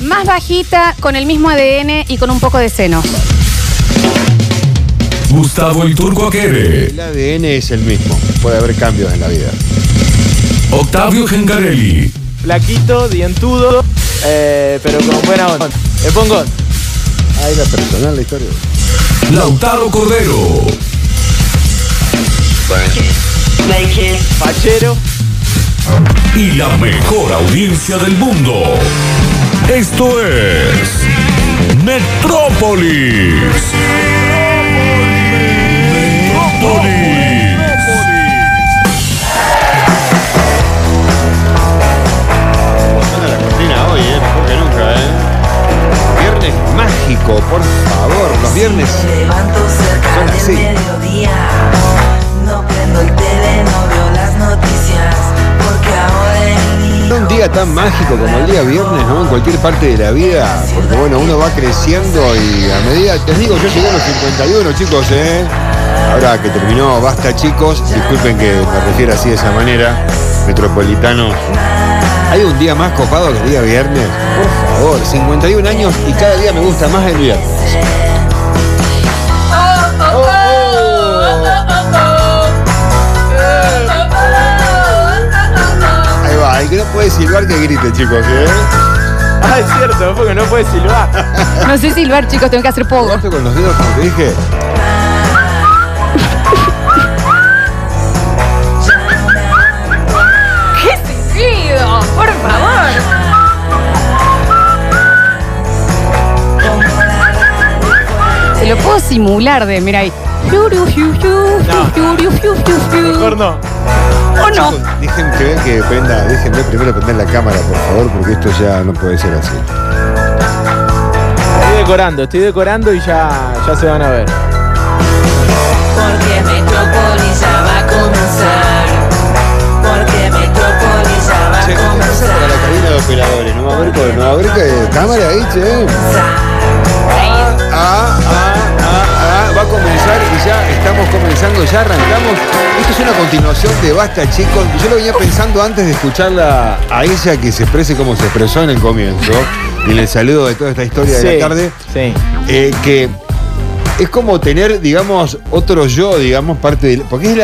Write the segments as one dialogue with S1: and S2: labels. S1: Más bajita, con el mismo ADN y con un poco de senos.
S2: Gustavo el Turco Aquere.
S3: El ADN es el mismo, puede haber cambios en la vida.
S2: Octavio Gengarelli.
S4: Flaquito, dientudo, eh, pero con buena onda. El pongón.
S3: Ahí la personal, la historia.
S2: Lautaro Cordero.
S4: Pachero.
S2: Y la mejor audiencia del mundo. Esto es Metrópolis. Metrópolis.
S3: Suena la cortina hoy, eh, mejor que nunca, eh. Viernes mágico, por favor, los viernes.
S5: Me levanto cerca
S3: Son
S5: del
S3: así.
S5: mediodía. No prendo el tele, no veo las noticias. Porque ahora el
S3: Un día tan mágico como el día viernes, ¿no? En cualquier parte de la vida, porque bueno, uno va creciendo y a medida, les digo, yo llegué a los 51, chicos, ¿eh? Ahora que terminó, basta, chicos, disculpen que me refiera así de esa manera, metropolitanos. ¿Hay un día más copado que el día viernes? Por favor, 51 años y cada día me gusta más el viernes. Ahí va, el que no puede silbar que grite, chicos, ¿eh?
S4: Ah, es cierto, porque no puede silbar.
S1: No sé silbar, chicos, tengo que hacer poco.
S3: Gasto con los dedos, como te dije.
S1: ¡Qué sentido! ¡Por favor! Se lo puedo simular de, mira ahí. Fiuriu, fiu, fiu,
S4: No.
S1: fiuriu, fiu, fiu, fiu.
S4: Mejor no.
S1: ¿O no?
S3: Chicos, Déjenme que, que prenda, déjenme primero prender la cámara, por favor, porque esto ya no puede ser así.
S4: Estoy decorando, estoy decorando y ya, ya se van a ver.
S5: Porque Metrópolis ya va a comenzar. Porque Metrópolis ya va a
S3: Che, ¿cómo pasa para la
S5: comenzar.
S3: cabina de operadores? No va a haber, co- no va a haber que- cámara ahí, che. Ah, ah, ah, ah, ah, va a comenzar y ya estamos comenzando, ya arrancamos. Esto es una continuación de Basta, chicos. Yo lo venía pensando antes de escucharla a ella que se exprese como se expresó en el comienzo y en el saludo de toda esta historia de
S4: Sí,
S3: la tarde.
S4: Sí.
S3: eh, que es como tener, digamos, otro yo, digamos, parte del. Porque es el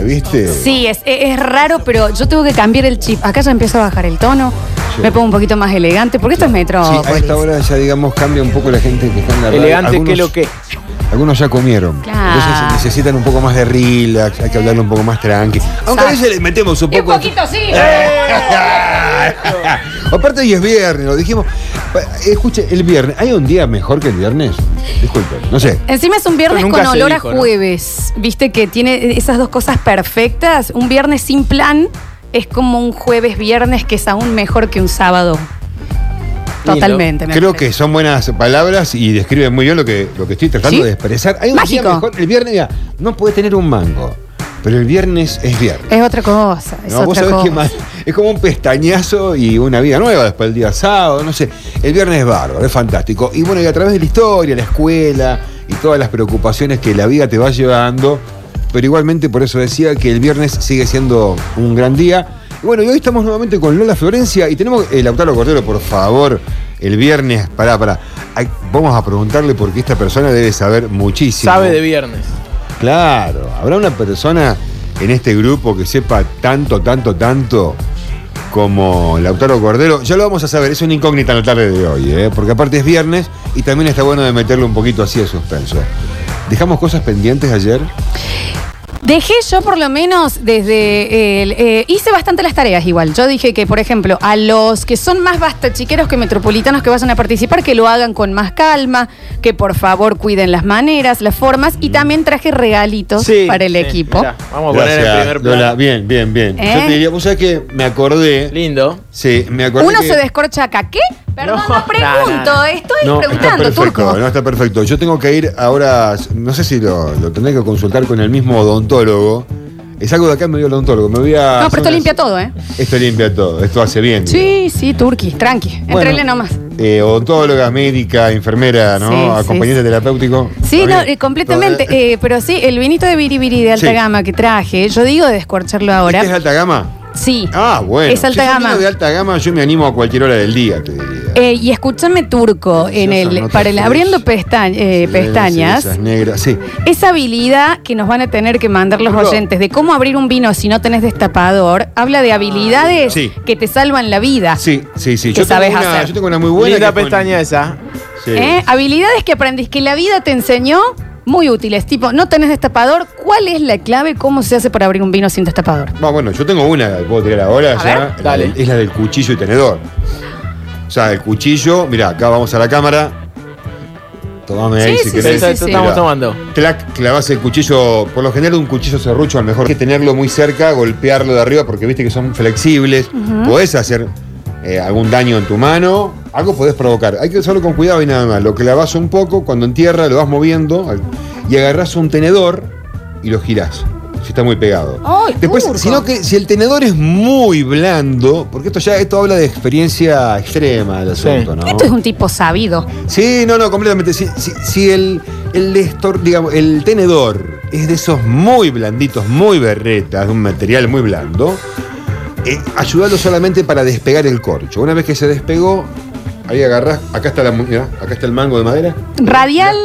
S3: ADN, ¿viste?
S1: Sí, es, es- es raro, pero yo tengo que cambiar el chip. Acá ya empiezo a bajar el tono,
S3: Sí.
S1: me pongo un poquito más elegante, porque esto es metro.
S3: Sí, a esta hora ya, digamos, cambia un poco la gente que está en la radio.
S4: Elegante
S3: Algunos-
S4: que lo que.
S3: Algunos ya comieron.
S1: Claro.
S3: Entonces necesitan un poco más de relax, hay que hablarle un poco más tranqui. Aunque a
S1: Exacto.
S3: veces le metemos un
S1: Y un
S3: poco.
S1: poquito sí.
S4: Eh.
S3: Aparte hoy es viernes, lo dijimos. Pa- Escuche, el viernes, ¿hay un día mejor que el viernes? Disculpen, no sé.
S1: Encima es un viernes
S4: Esto nunca
S1: con
S4: se
S1: olor
S4: dijo,
S1: a
S4: ¿no?
S1: jueves. Viste que tiene esas dos cosas perfectas. Un viernes sin plan es como un jueves viernes que es aún mejor que un sábado.
S4: Lindo.
S1: Totalmente. me
S3: Creo que
S1: parece.
S3: son buenas palabras y describen muy bien lo que, lo que estoy tratando
S1: ¿Sí?
S3: de expresar. Hay un día
S1: Mágico.
S3: mejor. El viernes, mira, no puede tener un mango, pero el viernes es viernes.
S1: Es otra cosa. Es
S3: No, vos
S1: otra
S3: sabés
S1: cosa.
S3: que más- es como un pestañazo y una vida nueva después del día sábado, no sé. El viernes es bárbaro, es fantástico. Y bueno, y a través de la historia, la escuela y todas las preocupaciones que la vida te va llevando, pero igualmente por eso decía que el viernes sigue siendo un gran día. Y bueno, y hoy estamos nuevamente con Lola Florencia y tenemos el Lautaro Cordero, por favor, el viernes, pará, pará. Ay, Vamos a preguntarle porque esta persona debe saber muchísimo.
S4: Sabe de viernes.
S3: Claro, habrá una persona en este grupo que sepa tanto, tanto, tanto como Lautaro Cordero. Ya lo vamos a saber, es una incógnita en la tarde de hoy, ¿eh? porque aparte es viernes y también está bueno de meterle un poquito así de suspenso. ¿Dejamos cosas pendientes ayer?
S1: Dejé yo por lo menos desde el... eh, hice bastante las tareas igual. Yo dije que, por ejemplo, a los que son más bastachiqueros que metropolitanos que vayan a participar, que lo hagan con más calma, que por favor cuiden las maneras, las formas, y también traje regalitos para el
S4: sí,
S1: equipo.
S4: mirá, vamos a poner el primer plano.
S3: Lola. Bien, bien, bien.
S1: ¿Eh?
S3: Yo te diría, vos sabés que me acordé.
S4: Lindo.
S3: Sí, me acordé.
S1: Uno
S3: que-
S1: se descorcha acá. ¿Qué? Perdón, no,
S4: No,
S1: pregunto,
S4: no, no.
S1: estoy
S3: No, está
S1: preguntando,
S3: perfecto,
S1: Turco.
S3: no está perfecto. Yo tengo que ir ahora, no sé si lo, lo tendré que consultar con el mismo odontólogo. Es algo de acá me dio el odontólogo. Me voy a
S1: No,
S3: hacer
S1: pero esto
S3: una-
S1: limpia todo, ¿eh?
S3: Esto limpia todo, esto hace bien.
S1: Sí, sí, Turqui, tranqui. Entrele nomás.
S3: Eh, odontóloga, médica, enfermera, ¿no?
S1: Sí, sí,
S3: Acompañante
S1: sí.
S3: terapéutico.
S1: Sí,
S3: ¿Está
S1: no,
S3: bien?
S1: eh, completamente.
S3: Todo-
S1: eh, pero sí, el vinito de biribiri de alta
S3: Sí.
S1: gama que traje, yo digo de descorcharlo ahora.
S3: ¿Este es alta gama?
S1: Sí.
S3: Ah, bueno.
S1: Es alta
S3: Si yo
S1: gama.
S3: vino de alta gama, yo me animo a cualquier hora del día, te diría.
S1: Eh, y escúchame, Turco, en
S3: Esas
S1: el,
S3: notas
S1: para el
S3: frescas.
S1: abriendo pestañ- eh,
S3: Sí,
S1: pestañas,
S3: sí, Esas negras, sí.
S1: esa habilidad que nos van a tener que mandar los
S3: Pero-
S1: oyentes de cómo abrir un vino si no tenés destapador, habla de habilidades
S3: Ah, Sí.
S1: que te salvan la vida.
S3: Sí, sí, sí.
S1: ¿Qué
S3: Yo tengo,
S1: sabes
S3: una,
S1: hacer?
S3: yo tengo una muy buena.
S4: Linda
S3: que pon-
S4: pestaña esa.
S3: Sí.
S1: ¿Eh? Habilidades que aprendís, que la vida te enseñó, muy útiles. Tipo, no tenés destapador, ¿cuál es la clave? ¿Cómo se hace para abrir un vino sin destapador?
S3: Bueno, bueno, yo tengo una, que puedo tirar ahora
S1: A
S3: ya.
S1: ver.
S3: La
S4: Dale.
S3: del- Es la del cuchillo y tenedor. O sea, el cuchillo, mira, acá vamos a la cámara. Tomame ahí
S1: Sí,
S3: si
S1: sí,
S3: querés.
S4: Eso, eso
S1: sí.
S4: estamos
S3: Mirá,
S4: tomando.
S3: Clac, clavas el cuchillo, por lo general un cuchillo serrucho, a lo mejor hay que tenerlo muy cerca, golpearlo de arriba, porque viste que son flexibles. Podés hacer eh, algún daño en tu mano, algo podés provocar. Hay que usarlo con cuidado y nada más. Lo clavas un poco, cuando entierra lo vas moviendo al- y agarrás un tenedor y lo girás. Si está muy pegado.
S1: ¡Ay,
S3: Después,
S1: turco!
S3: sino que si el tenedor es muy blando, porque esto ya esto habla de experiencia extrema del
S4: Sí.
S3: asunto, ¿no?
S1: Esto es un tipo sabido.
S3: Sí, no, no, completamente. Si, si- si el, el, estor- digamos, el tenedor es de esos muy blanditos, muy berretas, de un material muy blando, eh, ayudarlo solamente para despegar el corcho. Una vez que se despegó, ahí agarrás, acá está la mu- mirá, acá está el mango de madera.
S1: Radial,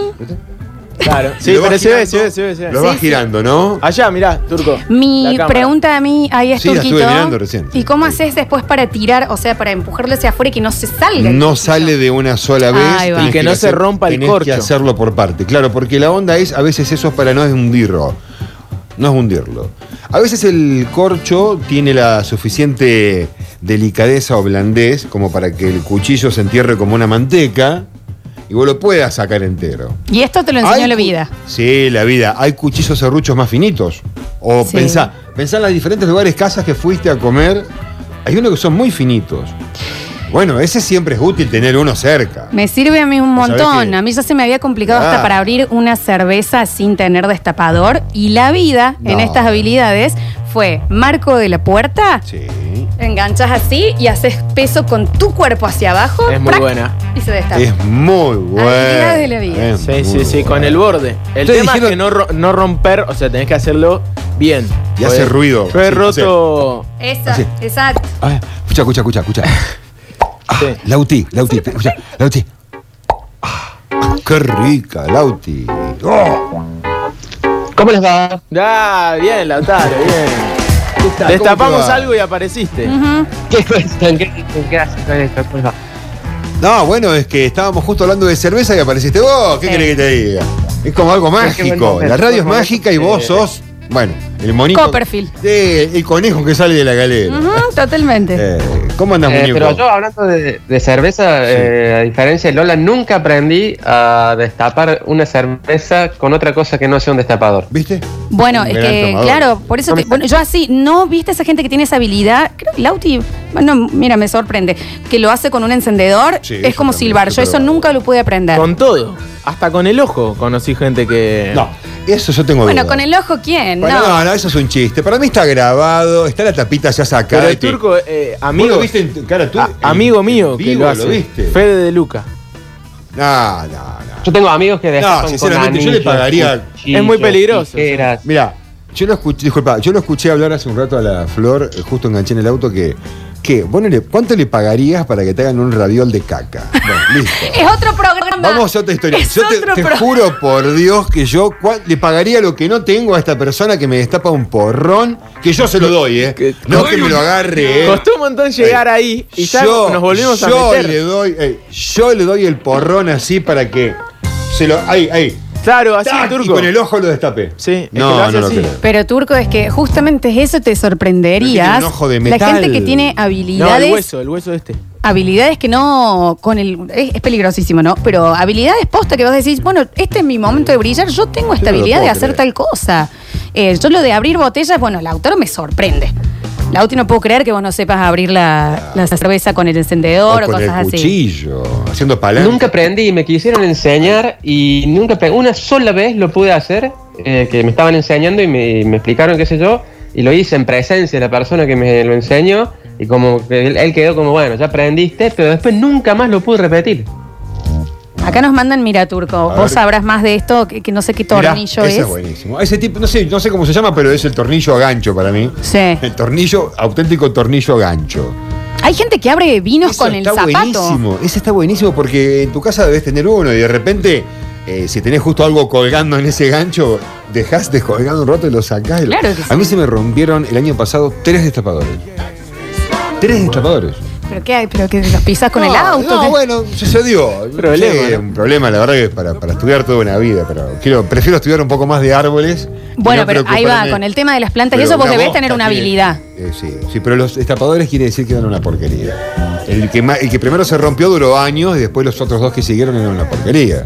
S4: Claro.
S3: y
S4: Sí,
S3: lo vas
S4: pero se ve,
S3: girando,
S4: se ve, se ve, se
S3: Lo
S4: ve.
S3: vas
S1: Sí, sí.
S3: girando, ¿no?
S4: Allá, mirá, turco. la
S1: mi
S4: cámara.
S1: pregunta a mí, ahí es
S3: Sí, la
S1: Turquito.
S3: estuve mirando recién.
S1: ¿Y cómo haces después para tirar, o sea, para empujarlo hacia afuera y que no se salga? el
S3: No
S1: cuchillo?
S3: sale de una sola vez.
S1: Ahí va.
S3: tenés
S1: Y
S4: que no se
S3: hacer-
S4: rompa el
S3: tenés que
S4: corcho.
S3: hacerlo por parte. Claro, porque la onda es, a veces eso es para no es hundirlo. No es hundirlo. A veces el corcho tiene la suficiente delicadeza o blandez como para que el cuchillo se entierre como una manteca y vos lo puedas sacar entero.
S1: Y esto te lo enseñó
S3: Hay
S1: la
S3: cu-
S1: vida.
S3: Sí, la vida. Hay cuchillos serruchos más finitos. O
S1: Sí.
S3: pensá, pensá en los diferentes lugares, casas que fuiste a comer. Hay unos que son muy finitos. Bueno, ese siempre es útil tener uno cerca.
S1: Me sirve a mí un
S3: Pues, ¿sabés
S1: montón.
S3: qué?
S1: A mí ya se me había complicado hasta
S3: Ah.
S1: para abrir una cerveza sin tener destapador. Y la vida en
S3: No.
S1: estas habilidades fue marco de la puerta,
S3: Sí.
S1: enganchas así y haces peso con tu cuerpo hacia abajo.
S4: Es muy
S1: ¡prac!
S4: buena.
S1: Y se destapa.
S3: Es muy bueno.
S1: Habilidades de la vida.
S3: Es
S4: Sí, sí,
S3: muy
S4: sí, con
S3: bueno.
S4: el borde. El
S3: Ustedes
S4: tema
S3: dijeron-
S4: es que no, ro- no romper, o sea, tenés que hacerlo bien.
S3: Y hace
S4: Porque
S3: ruido.
S4: Yo he
S3: Sí,
S4: roto.
S1: Esa,
S3: Así.
S1: exacto.
S3: Ah, escucha, escucha, escucha, escucha.
S4: Sí.
S3: Lauti, Lauti, escucha, Lauti. Ah, qué rica, Lauti. Oh,
S6: ¿Cómo les va?
S4: Ah, bien, Lautaro, bien.
S3: ¿qué tal? ¿Cómo
S4: Destapamos
S3: te va?
S4: algo y apareciste.
S6: ¿Qué cuentan? ¿Qué, qué, qué hacen con esto? ¿Cómo les va?
S3: No, bueno, es que estábamos justo hablando de cerveza y apareciste vos. ¿Qué
S1: Sí.
S3: querés que te diga? Es como algo
S6: Es que buen
S3: mágico.
S6: momento,
S3: La radio es
S6: buen
S3: mágica y vos sos, bueno, el monito.
S1: Copperfield.
S3: Sí, el conejo que sale de la galera.
S1: Ujú, totalmente.
S3: Eh, ¿Cómo andas,
S6: Eh,
S3: muñeco?
S6: pero yo hablando de, de cerveza, eh, a diferencia de Lola, nunca aprendí a destapar una cerveza con otra cosa que no sea un destapador.
S3: ¿Viste?
S1: Bueno,
S3: Un
S1: es
S3: gran
S1: que,
S3: tomador.
S1: claro, por eso, te- bueno, yo así, no viste esa gente que tiene esa habilidad. Creo que Lauti, bueno, mira, me sorprende. Que lo hace con un encendedor,
S3: Sí,
S1: es
S3: eso
S1: como
S3: también,
S1: silbar. Yo
S3: súper
S1: eso
S3: bárbaro.
S1: nunca lo pude aprender.
S4: Con todo. Hasta con el ojo conocí gente que.
S3: No, eso yo tengo
S1: Bueno,
S3: duda.
S1: con el ojo, ¿quién?
S3: Bueno,
S1: no.
S3: no. no, eso es un chiste. Para mí está grabado, está la tapita ya sacada.
S4: Pero
S3: y
S4: el
S3: te-
S4: turco, eh,
S3: ¿Vos
S4: amigo.
S3: lo viste en tu cara tú?
S4: a- amigo mío, que
S3: vivo,
S4: lo hace.
S3: viste?
S4: Fede de Luca.
S3: No, no, no.
S6: Yo tengo amigos que destapan con
S3: sinceramente, yo le
S6: anillos,
S3: pagaría-
S6: cuchillos,
S4: Es muy peligroso.
S6: tijeras.
S3: Mirá, yo lo escuché, disculpa, yo lo escuché hablar hace un rato a la Flor, eh, justo enganché en el auto, que, que vos no le- ¿cuánto le pagarías para que te hagan un radiol de caca? Bueno, listo.
S1: Es otro programa.
S3: Vamos a otra historia.
S1: Es
S3: Yo te,
S1: otro
S3: te
S1: pro-
S3: juro por Dios que yo cua- le pagaría lo que no tengo a esta persona que me destapa un porrón, que yo se lo doy, ¿eh?
S4: Que-
S3: no que me lo agarre, ¿eh?
S4: Costó un montón llegar
S3: Ey,
S4: ahí y ya nos volvimos a
S3: yo
S4: meter.
S3: Le doy, ey, yo le doy el porrón así para que se lo. Ahí, ahí.
S4: Claro, así
S3: ¡Tac! Y
S4: turco.
S3: con el ojo lo destapé.
S4: Sí, es que
S3: no,
S4: lo hace
S3: no lo
S4: así.
S3: creo.
S1: Pero Turco, es que justamente eso te sorprenderías.
S3: Pero tiene un ojo de
S1: La
S3: metal.
S1: gente que tiene
S4: No,
S1: habilidades,
S4: el hueso, el hueso este.
S1: habilidades que no con el es, es peligrosísimo, ¿no? Pero habilidades posta que vos decís, bueno, este es mi momento de brillar, yo tengo esta
S3: no lo
S1: habilidad de
S3: puedo
S1: hacer
S3: creer.
S1: tal cosa. Eh, yo lo de abrir botellas, bueno, Lautaro me sorprende. Lauti, no puedo creer que vos no sepas abrir la, la cerveza con el encendedor o,
S3: con el
S1: cosas así.
S3: cuchillo, haciendo palanca.
S6: Nunca aprendí, me quisieron enseñar y nunca pe- una sola vez lo pude hacer, eh, que me estaban enseñando y me, me explicaron qué sé yo, y lo hice en presencia de la persona que me lo enseñó y como que él, él quedó como, bueno, ya aprendiste, pero después nunca más lo pude repetir.
S1: Acá nos mandan, mira, Turco,
S3: A
S1: vos
S3: ver.
S1: sabrás más de esto, que, que no sé qué tornillo
S3: Mirá, ese
S1: es.
S3: es buenísimo. Ese tipo, no sé, no sé cómo se llama, pero es el tornillo a gancho para mí.
S1: Sí.
S3: El tornillo, auténtico tornillo a gancho.
S1: Hay gente que abre vinos
S3: Eso
S1: con el
S3: está
S1: zapato.
S3: buenísimo. Ese está buenísimo porque en tu casa debes tener uno y de repente, eh, si tenés justo algo colgando en ese gancho, dejás descolgando un rato y lo sacás. y lo-
S1: Claro que sí.
S3: A mí se me rompieron el año pasado tres destapadores. Tres destapadores.
S1: ¿Pero qué hay? ¿Pero que los pisas con el
S3: No,
S1: auto?
S3: No,
S1: ¿Qué?
S3: bueno, sucedió.
S4: Problema,
S3: Sí,
S4: ¿no?
S3: Un problema, la verdad, que es para, para estudiar toda una vida. Pero quiero, prefiero estudiar un poco más de árboles. y
S1: Bueno,
S3: no
S1: pero ahí va,
S3: preocuparme.
S1: con el tema de las plantas. y
S3: Pero
S1: eso vos
S3: una
S1: debés
S3: bosta
S1: tener una
S3: tiene-
S1: habilidad.
S3: Eh, sí, sí, pero los destapadores quiere decir que eran una porquería. El que, ma- el que primero se rompió duró años y después los otros dos que siguieron eran una porquería.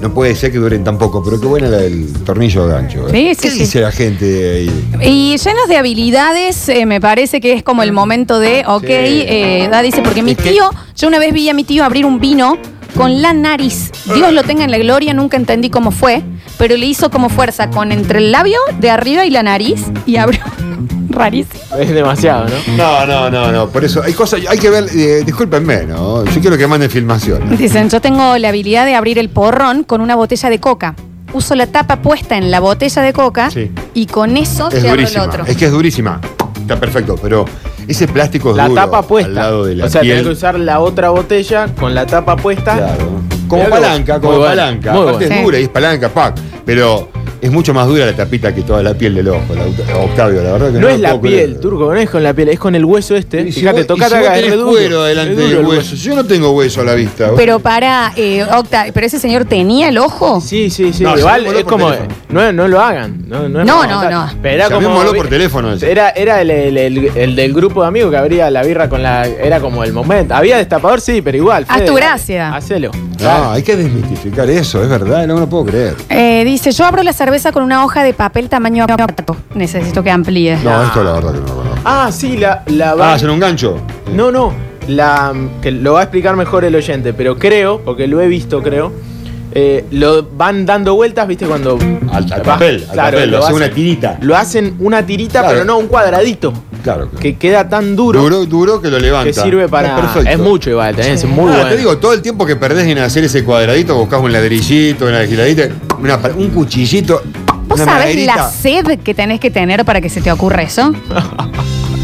S3: No puede ser que duren tan poco, pero qué buena la del tornillo gancho. ¿eh?
S1: Sí, sí,
S3: ¿Qué
S1: sí.
S3: dice la gente ahí?
S1: Y llenos de habilidades, eh, me parece que es como el momento de, ok,
S3: Ah, Sí.
S1: eh, da, dice, porque mi
S3: Es que-
S1: tío, yo una vez vi a mi tío abrir un vino con la nariz. Dios lo tenga en la gloria, nunca entendí cómo fue, pero le hizo como fuerza con entre el labio de arriba y la nariz y abrió. Rarísimo.
S4: Es demasiado, ¿no?
S3: No, no, no, no. Por eso hay cosas, hay que ver, eh, discúlpenme, ¿no? Yo quiero que manden filmaciones.
S1: Dicen, yo tengo la habilidad de abrir el porrón con una botella de coca. Uso la tapa puesta en la botella de coca
S3: Sí.
S1: y con eso
S3: Es
S1: cierro el
S3: durísima.
S1: otro.
S3: Es que es durísima. Está perfecto, pero ese plástico es
S4: La
S3: duro
S4: tapa puesta.
S3: al lado de la
S4: o sea,
S3: piel.
S4: tenés que usar la otra botella con la tapa puesta.
S3: Claro. Como
S4: Mirá lo-
S3: palanca, como
S4: Muy bueno,
S3: palanca.
S4: muy
S3: Aparte
S1: bueno.
S3: es dura y es palanca, pac. Pero es mucho más dura la tapita que toda la piel del ojo, la, oct- Octavio, la verdad que
S4: No,
S3: no.
S4: es
S3: lo
S4: la
S3: puedo creer.
S4: piel, turco, no es con la piel, es con el hueso este.
S3: Y si
S4: Fíjate,
S3: vos-
S4: toca
S3: y si vos
S4: acá,
S3: tenés
S4: es duro.
S3: cuero
S4: Es
S3: delante
S4: duro
S3: del
S4: el
S3: hueso. Yo no tengo hueso a la vista. vos.
S1: Pero para, eh, Octa, pero ese señor tenía el ojo.
S4: Sí, sí, sí.
S3: No,
S4: igual
S3: llamémoslo
S4: es
S3: por
S4: como.
S3: teléfono.
S4: No, no lo hagan. No, no, es
S1: No,
S4: para
S1: no,
S4: matar.
S1: no.
S4: Pero era como.
S3: Llamémoslo por teléfono ese.
S4: Era, era el, el- el- el del grupo de amigos que abría la birra con la. Era como el momento. Había destapador, sí, pero igual.
S1: Haz
S4: Fede,
S1: tu
S4: dale,
S1: gracia.
S4: Hacelo.
S3: No, Ah, hay que desmitificar eso, es verdad, no lo puedo creer.
S1: Eh, dice, yo abro la cerveza con una hoja de papel tamaño gato. Necesito que amplíe.
S3: No, esto la verdad que no lo conozco.
S4: Ah, sí, la. la
S3: Ah,
S4: van-
S3: hacer un gancho.
S4: Eh, No, no. La, que lo va a explicar mejor el oyente, pero creo, porque lo he visto, creo. eh, lo van dando vueltas, ¿viste? Cuando.
S3: Al, al
S4: va-
S3: papel, al
S4: claro,
S3: papel, lo hace
S4: hacen-
S3: una tirita.
S4: Lo hacen una tirita,
S3: Claro.
S4: pero no un cuadradito.
S3: Claro.
S4: Que queda tan duro,
S3: Duro, duro, que lo levanta.
S4: que sirve para.
S3: Está perfecto.
S4: Es mucho igual, tenés, es muy
S3: Ah,
S4: bueno.
S3: Te digo, todo el tiempo que perdés en hacer ese cuadradito, buscás un ladrillito, una giradita, una pa- un cuchillito.
S1: ¿Vos
S3: una
S1: sabés
S3: maderita.
S1: la sed que tenés que tener para que se te ocurra eso?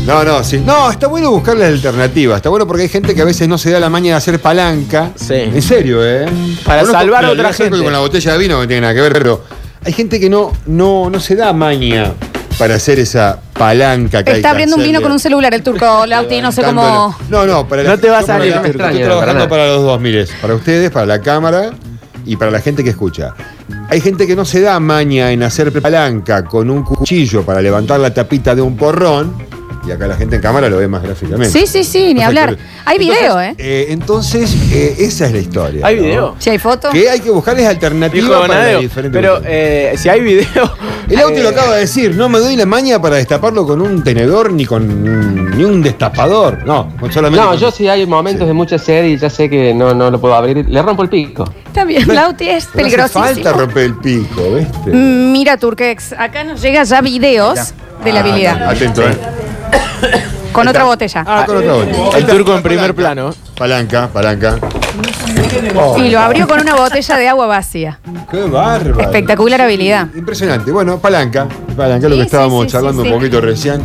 S3: No, no, sí. No, está bueno buscar las alternativas. Está bueno porque hay gente que a veces no se da la maña de hacer palanca.
S4: Sí.
S3: En serio, ¿eh?
S4: Para salvar a
S3: lo- lo
S4: otra
S3: acerco
S4: gente.
S3: Con la botella de vino que tiene nada que ver, pero hay gente que no, no, no se da maña para hacer esa palanca que hay que
S1: Está abriendo un vino
S3: hacerle.
S1: con un celular el turco, Lauti, no sé cómo...
S3: No, no, para la-
S4: No te va a
S3: yo para
S4: salir,
S3: la-
S4: no me
S3: Estoy
S6: extraña, para
S3: trabajando
S6: nada.
S3: para los dos, mires. Para ustedes, para la cámara y para la gente que escucha. Hay gente que no se da maña en hacer palanca con un cuchillo para levantar la tapita de un porrón. Y acá la gente en cámara lo ve más gráficamente.
S1: Sí, sí, sí, ni
S3: Perfecto.
S1: hablar. Hay
S3: Entonces,
S1: video, ¿eh?
S3: entonces, eh, esa es la historia.
S4: ¿Hay
S3: ¿no?
S4: video?
S1: Si hay foto.
S3: Que hay que buscarles alternativas
S4: Dijo
S3: para
S4: Bonadeo,
S3: las diferentes
S4: Pero
S3: versiones.
S4: eh, si hay video.
S3: El auto
S4: eh,
S3: lo acaba de decir, no me doy la maña para destaparlo con un tenedor ni con ni un destapador. No, con solamente.
S6: No,
S3: con-
S6: yo sí hay momentos de mucha sed y ya sé que no, no lo puedo abrir, le rompo el pico.
S1: Está bien, Lauti es
S3: Pero
S1: peligrosísimo.
S3: Hace falta romper el pico, ¿viste?
S1: Mm, Mira, Turquex, acá nos llega ya videos de la
S3: Ah,
S1: habilidad.
S3: Atento, ¿eh?
S1: Con otra botella.
S3: Ah, con otra botella. Ahí
S4: El
S3: está,
S4: turco
S3: palanca.
S4: en primer plano.
S3: Palanca, palanca. Oh,
S1: Y lo abrió con una botella de agua vacía.
S3: ¡Qué bárbaro!
S1: Espectacular habilidad.
S3: Impresionante. Bueno, palanca. Palanca es lo
S1: Sí,
S3: que
S1: sí,
S3: estábamos
S1: sí,
S3: charlando
S1: sí,
S3: un
S1: sí.
S3: poquito recién.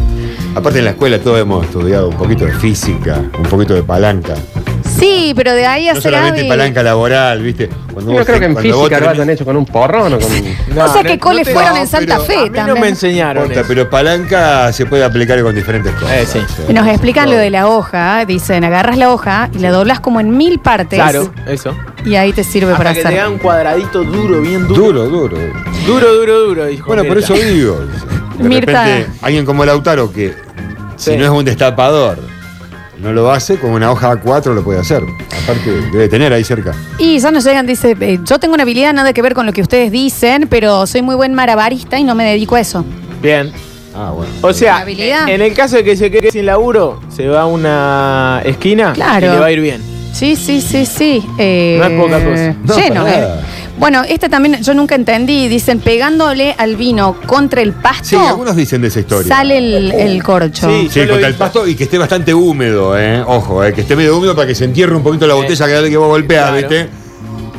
S3: Aparte en la escuela todos hemos estudiado un poquito de física, un poquito de palanca.
S1: Sí, pero de ahí a
S3: No
S1: ser
S3: solamente
S1: hábil-
S3: palanca laboral, ¿viste? Cuando
S6: Yo
S3: vos
S6: creo
S3: te-
S6: que en
S3: cuando vos
S6: física lo
S3: terminás-
S6: hayan hecho con un porrón o con...
S1: O sea que
S4: no
S1: coles
S4: te-
S1: fueron
S3: no,
S1: en Santa
S3: pero
S1: Fe
S3: a
S4: A mí
S1: también.
S4: no me enseñaron.
S3: Corta,
S4: eso.
S3: pero palanca se puede aplicar con diferentes cosas.
S4: Eh, sí.
S3: O sea,
S1: Y nos explican lo de la hoja, dicen, agarras la hoja y la doblas como en mil partes
S4: Claro, eso.
S1: y ahí te sirve para
S4: Hasta que te da
S1: hacer.
S4: un cuadradito duro, bien duro.
S3: Duro, duro.
S4: Duro, duro, duro, dijo.
S3: Bueno, por eso
S4: Mirta.
S3: digo. De
S1: Mirta.
S3: repente, alguien como Lautaro que si
S4: Sí.
S3: no es un destapador, no lo hace, con una hoja A4 lo puede hacer. Aparte, debe tener ahí cerca.
S1: Y ya nos llegan, dice, eh, yo tengo una habilidad nada que ver con lo que ustedes dicen, pero soy muy buen marabarista y no me dedico a eso.
S4: Bien.
S3: Ah, bueno.
S4: O sea,
S1: Habilidad.
S4: en el caso de que se quede sin laburo, se va a una esquina
S1: Claro.
S4: y le va a ir bien.
S1: Sí, sí, sí, sí.
S4: No es poca
S1: Eh,
S4: cosa.
S3: No,
S1: lleno,
S3: para
S1: eh.
S3: nada.
S1: Bueno, este también yo nunca entendí. Dicen, pegándole al vino contra el pasto,
S3: Sí, algunos dicen de esa historia.
S1: sale el, el corcho.
S4: Oh, Sí.
S3: Sí,
S4: Yo lo
S3: contra
S4: he
S3: el
S4: visto.
S3: pasto y que esté bastante húmedo, ¿eh? Ojo, eh, que esté medio húmedo para que se entierre un poquito la botella cada vez que vos golpeás,
S4: claro.
S3: ¿viste?